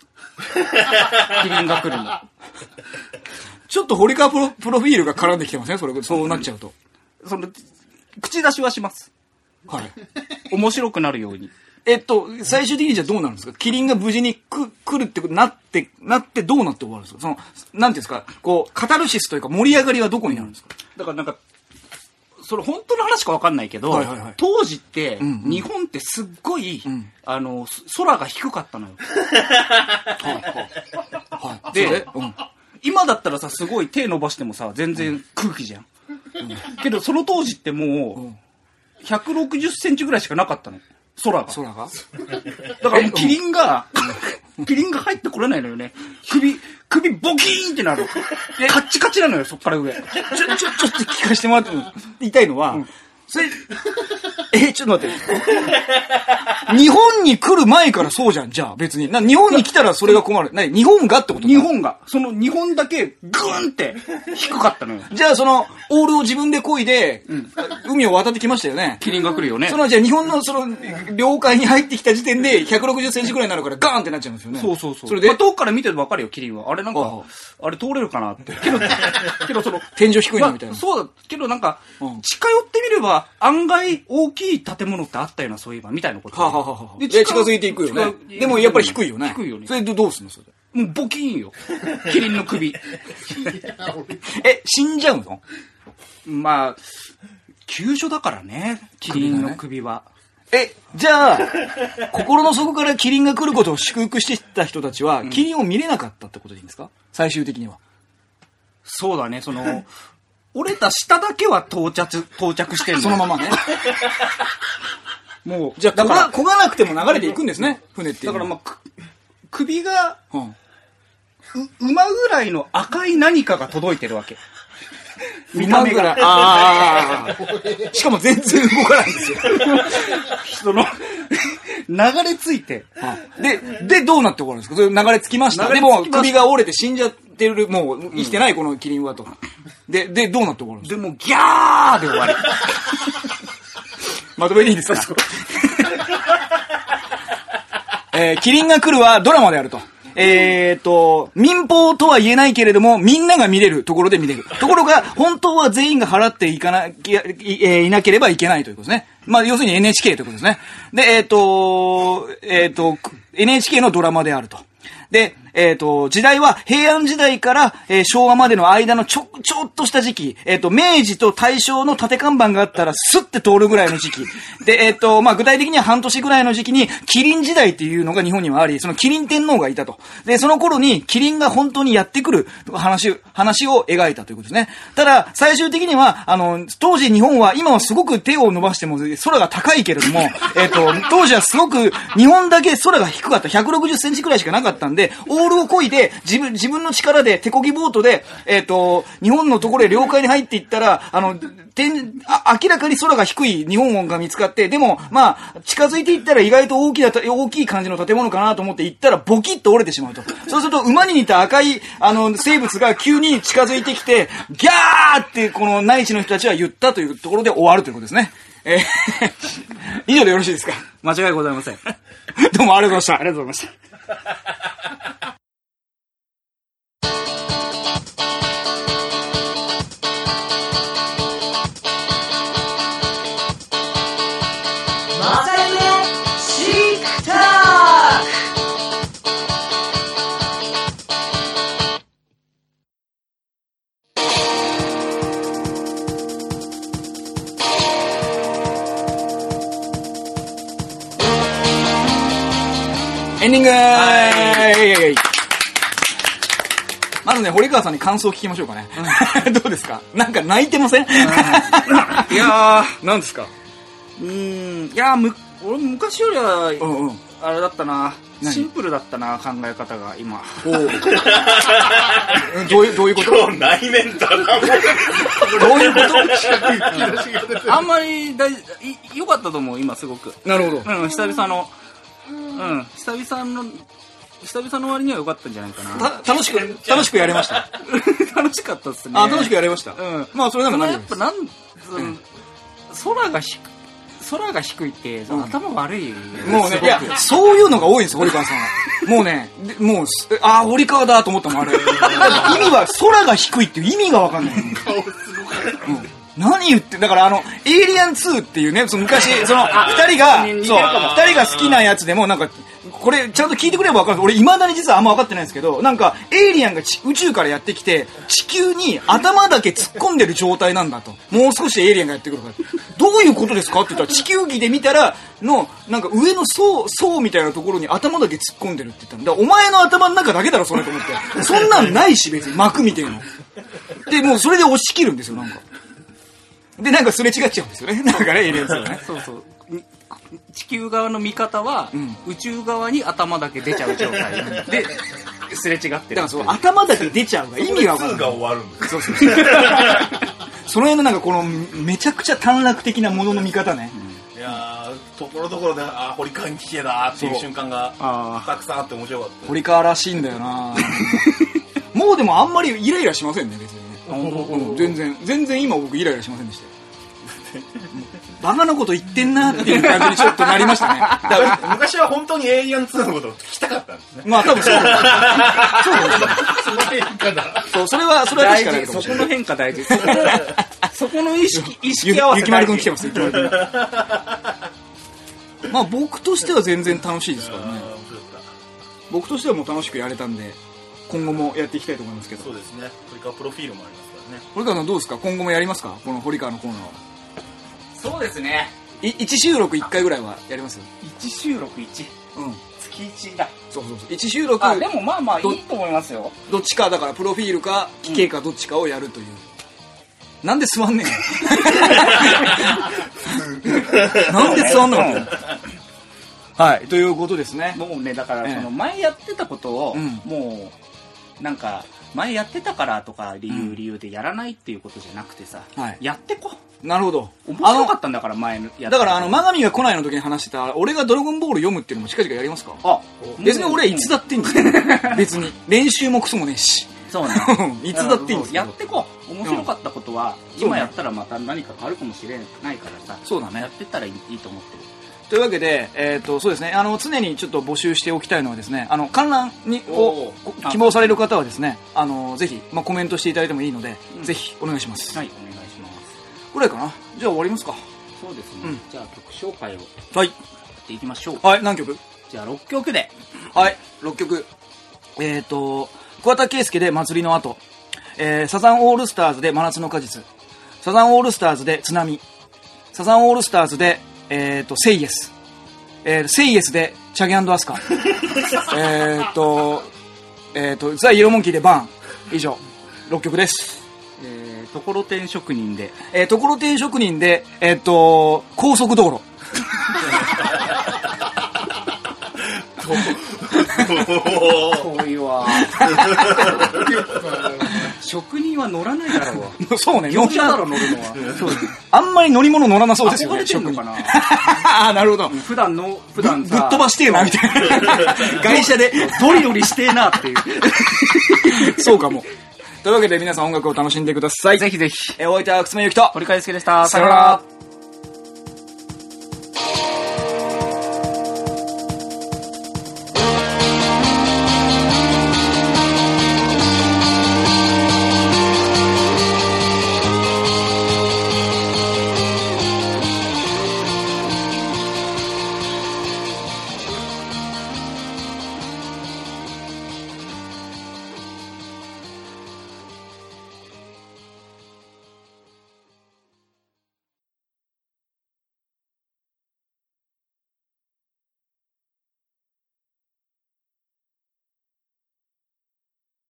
C: キリンが来るの。
A: ちょっと堀川プロプロフィールが絡んできてますね、それ、そうなっちゃうと。
C: その、口出しはします。
A: はい。
C: 面白くなるように。
A: えっと、最終的にじゃあどうなるんですかキリンが無事にく来るってことになって、なってどうなって終わるんですかその、なんていうんですかこう、カタルシスというか盛り上がりはどこになるんですか
C: だからなんか、それ本当の話かわかんないけど、
A: はいはいはい
C: 当時って、
A: んうん
C: 日本ってすっごい、あの、そ空が低かったのよ。
A: はい。
C: で
A: それうん。
C: 今だったらさ、すごい手伸ばしてもさ、全然空気じゃん。けど、その当時ってもう、160センチぐらいしかなかったの。空が。
A: 空が
C: だからもうキリンが、 キリンが入ってこれないのよね。首、首ボキーンってなる。カッチカチなのよ、そっから上。
A: ちょ、ちょ、ちょっと聞かせてもらっても言いたいのは、それ、え、ちょっと待って。日本に来る前からそうじゃん、じゃあ別に。な日本に来たらそれが困る。な日本がってことか
C: 日本が、その日本だけ、グーンって低 かったのよ。
A: じゃあその、オールを自分で漕いで、海を渡ってきましたよね。
C: キリンが来るよね。
A: その、じゃあ日本のその、領海に入ってきた時点で160センチぐらいになるからガーンってなっちゃうんですよね。
C: そうそうそう。
A: それで
C: まあ、、遠くから見てると分かるよ、キリンは。あれなんか、
A: あ
C: あれ通れるか なって。けど、けどその、
A: 天井低いなみたいな
C: まあそうだ、けどなんか、
A: うん
C: 近寄ってみれば、案外大きい建物ってあったよな、そういえば、みたいなこと。
A: はあ、はあはあはあ、で近づいていくよね
C: 近。い
A: でもやっぱり低いよね。
C: 低いよね
A: そ。れでどうすんのそれで
C: もうボキー ンよ。キリンの首。
A: え、死んじゃうの
C: まあ、急所だからね、キリンの首は。
A: え、じゃあ、心の底からキリンが来ることを祝福してた人たちは、キリンを見れなかったってことでいいんですか最終的には。
C: そうだね、その、折れた下だけは到着、到着 してんの。
A: そのままね。
C: もう、
A: じゃあ、
C: だ
A: だ
C: か、
A: からら、焦がなくても流れていくんですね、船ってい
C: だ
A: う
C: から
A: の
C: ま
A: は。
C: あ、く首が、
A: うん
C: う馬ぐらいの赤い何かが届いてるわけ。見た
A: 馬
C: 目
A: ぐらい
C: が。
A: あーあーあ ーあーしかも全然動かないんですよ。
C: その、流れ着いて。
A: で、で、どうなって終わるんですかそれ流れ着きました。
C: 流
A: で
C: れ着きま
A: も、
C: した
A: 首が折れて死んじゃってる、もう、生きてない、このキリンはと。で、で、どうなって終わるんです
C: でも、ギャーで終わり。
A: かまとめでいいですか えー、キリンが来るはドラマであると。えー、と、民放とは言えないけれども、みんなが見れるところで見れる。ところが、本当は全員が払っていかな、きい,、えーいなければいけないということですね。まあ、要するに NHK ということですね。で、えー、と、えー、と、く NHK のドラマであると。で、えー、と、時代は平安時代から、えー昭和までの間のちょ、ちょっとした時期、えー、と、明治と大正の縦看板があったらスッて通るぐらいの時期。で、えー、と、まあ、具体的には半年ぐらいの時期に、キリン時代っていうのが日本にはあり、そのキリン天皇がいたと。で、その頃にキリンが本当にやってくる話、話を描いたということですね。ただ、最終的には、あの、当時日本は、今はすごく手を伸ばしても空が高いけれども、えっと、当時はすごく日本だけ空が低かった。160センチくらいしかなかったんなんで、オールを漕いで、自分、自分の力で、手こぎボートで、えっ、と、日本のところへ領海に入っていったら、あの、天、あ、明らかに空が低い日本音が見つかって、でも、まあ、近づいていったら意外と大きなた、大きい感じの建物かなと思って行ったら、ボキッと折れてしまうと。そうすると、馬に似た赤い、あの、生物が急に近づいてきて、ギャーって、この内地の人たちは言ったというところで終わるということですね。えー 以上でよろしいですか
C: 間違いございません。
A: どうもありがとうございま した。
C: ありがとうございました。
G: マサイのシークター
A: エンディングまずね、堀川さんに感想を聞きましょうかね。 どうですかなんか泣いてません
C: いやー、
A: 何ですか
C: うーん、いやーむ、俺昔よりは、
A: うん うん。
C: あれだったな、
A: 何
C: シンプルだったな、考え方が、今。
A: どういう、どういうこと
D: 今日内面だな、もう
A: どういうこ
C: あんまり大事、い良かったと思う、今すごく。
A: となるほど。
C: うん、久々の、うん、久々の、久々の割には良かったんじゃないかな。
A: た楽しく、楽しくやれました。
C: 楽しかったっすね。
A: あ、楽しくやれました。
C: うん
A: まあ、それなら
C: その
A: 何
C: や
A: よ
C: っ
A: り
C: ぱなん、その空が低く空が低いって、
A: ん
C: 頭悪いよ
A: もうね、いや、そういうのが多いんですよ、堀川さんは。もうね、でもうす、ああ、堀川だと思ったもん、 あれ。だって意味は、空が低いっていう意味がわかんない。うん何言って、だからあの、エイリアン2っていうね、その 昔、その、二人が、そう、二人が好きなやつでも、なんか、これ、ちゃんと聞いてくればわかるんです俺、未だに実はあんま分かってないんですけど、なんか、エイリアンがち宇宙からやってきて、地球に頭だけ突っ込んでる状態なんだと。もう少しでエイリアンがやってくるから。どういうことですかって言ったら、地球儀で見たら、の、なんか上の層、層みたいなところに頭だけ突っ込んでるって言ったの。だからお前の頭の中だけだろ、それと思って。そんなんないし、別に膜みたいなの。で、もうそれで押し切るんですよ、なんか。で、なんかすれ違っちゃうんですよね。 なんかね、エイリアンさんね。
C: そうそう。地球側の見方は、宇宙側に頭だけ出ちゃう状態で、すれ違ってる
A: だからそう、頭だけ出ちゃうが意味がわかんない
D: 2。が終わるんです。
A: そうそうそう その辺のなんかこのめちゃくちゃ短絡的なものの見方ね、
D: いやー、ところどころで、あー、堀川に聞けだーっていう瞬間が
C: あ、
D: たくさんあって面白かっ
A: 堀川らしいんだよな もうでもあんまりイライラしませんね別にねうん全然全然今僕イライラしませんでしたよ バカなこと言ってんなっていう感じにちょっとなりましたねだから
D: た。昔は本当にエイリアン2のことを聞きたかったんですね。
A: まあ多分そうだそうだねそうそれはそれは
C: 大
A: 確かないか
C: 事そ
A: もし
C: こ
A: れな
C: の
A: い
C: 変化大事そこの そこの意 識意
A: ゆ
C: 識合わせ
A: ゆきまるくん
C: 大
A: 来て
C: 事
A: ますゆきまる くんまあ僕としては全然楽しいですからね
D: あー面白かっ
A: 僕としてはもう楽しくやれたんで今後もやっていきたいと思いますけ
D: た
A: ど
D: そうですね。堀川プロフィールもありますからね。
A: 堀川さんどうですか今後もやりますかこの堀川のコーナーは
C: そうですね
A: い1収録1回ぐらいはやります
C: 1収録1
A: うん
C: 月1だ
A: そうそうそう1収録
C: あでもまあまあい
A: ど
C: いと思いますよ
A: どっちかだからプロフィールか奇形かどっちかをやるという、なんで座んねん なんで座んのはいということですね
C: もうねだか
A: え
C: ら
A: え
C: その前やってたことを、
A: うん
C: もうなんか前やってたからとか理由、理由でやらないっていうことじゃなくてさ、
A: はい
C: やってこ
A: なるほど
C: 面白かったんだから前のや
A: あ
C: っ
A: のだからあの
C: ま
A: 真神が来ないの時に話してた俺が「ドラゴンボール」読むっていうのも近々やりますか
C: あ
A: 別に俺いつだっていいん ですよ別に練習もクソもねえし
C: そうね
A: いつだっていいんですけど
C: やってこう面白かったことは、
A: そう
C: 今
A: ね
C: やったらまた何か変わるかもしれないからさ
A: そうだね
C: やってったらいいいいと思ってる
A: というわけで、えー、とそうですねあの常にちょっと募集しておきたいのはですねあの観覧にを
C: おー
A: こ希望される方はですねあのぜひ、まあ、コメントしていただいてもいいので、
C: うん
A: ぜひお願いします、
C: はいお願いします
A: ぐらいかなじゃあ終わりますか
C: そうですね、
A: うん
C: じゃあ曲紹介をや
A: はい
C: っていきましょう
A: はい何曲
C: じゃあ6曲で
A: はい6曲えっ、と桑田佳祐で「祭りの後」えーサザンオールスターズで「真夏の果実」サザンオールスターズで「津波」サザンオールスターズで「えー、とセイエス」えーセイエスで「チャゲア スカ」えっとえっ、とザ・イエローモンキーで「バーン」以上6曲です
C: えーところてん職人で
A: えーところてん職人で、えっ、と高速道路。
D: おー
C: 遠いわ。職人は乗らないだろうわ。
A: そうね、乗ん
C: 乗るだ
A: な
C: ろ、乗るのは。そう
A: あんまり乗り物乗らなそうですよ
C: 憧
A: ね、
C: れてんの
A: 職人
C: か な
A: あーなるほど。ぶ
C: 普段の、普
A: ぶ
C: 段
A: っ
C: さ
A: 飛ばしてえな、みたい な。外車で。
C: ドリドリしてえなっていう。
A: そうかも。というわけで皆さん音楽を楽しんでください。
C: ぜひぜひ。
A: えーお相手はくつめゆきと。
C: 堀川祐介でした。
A: さよなら。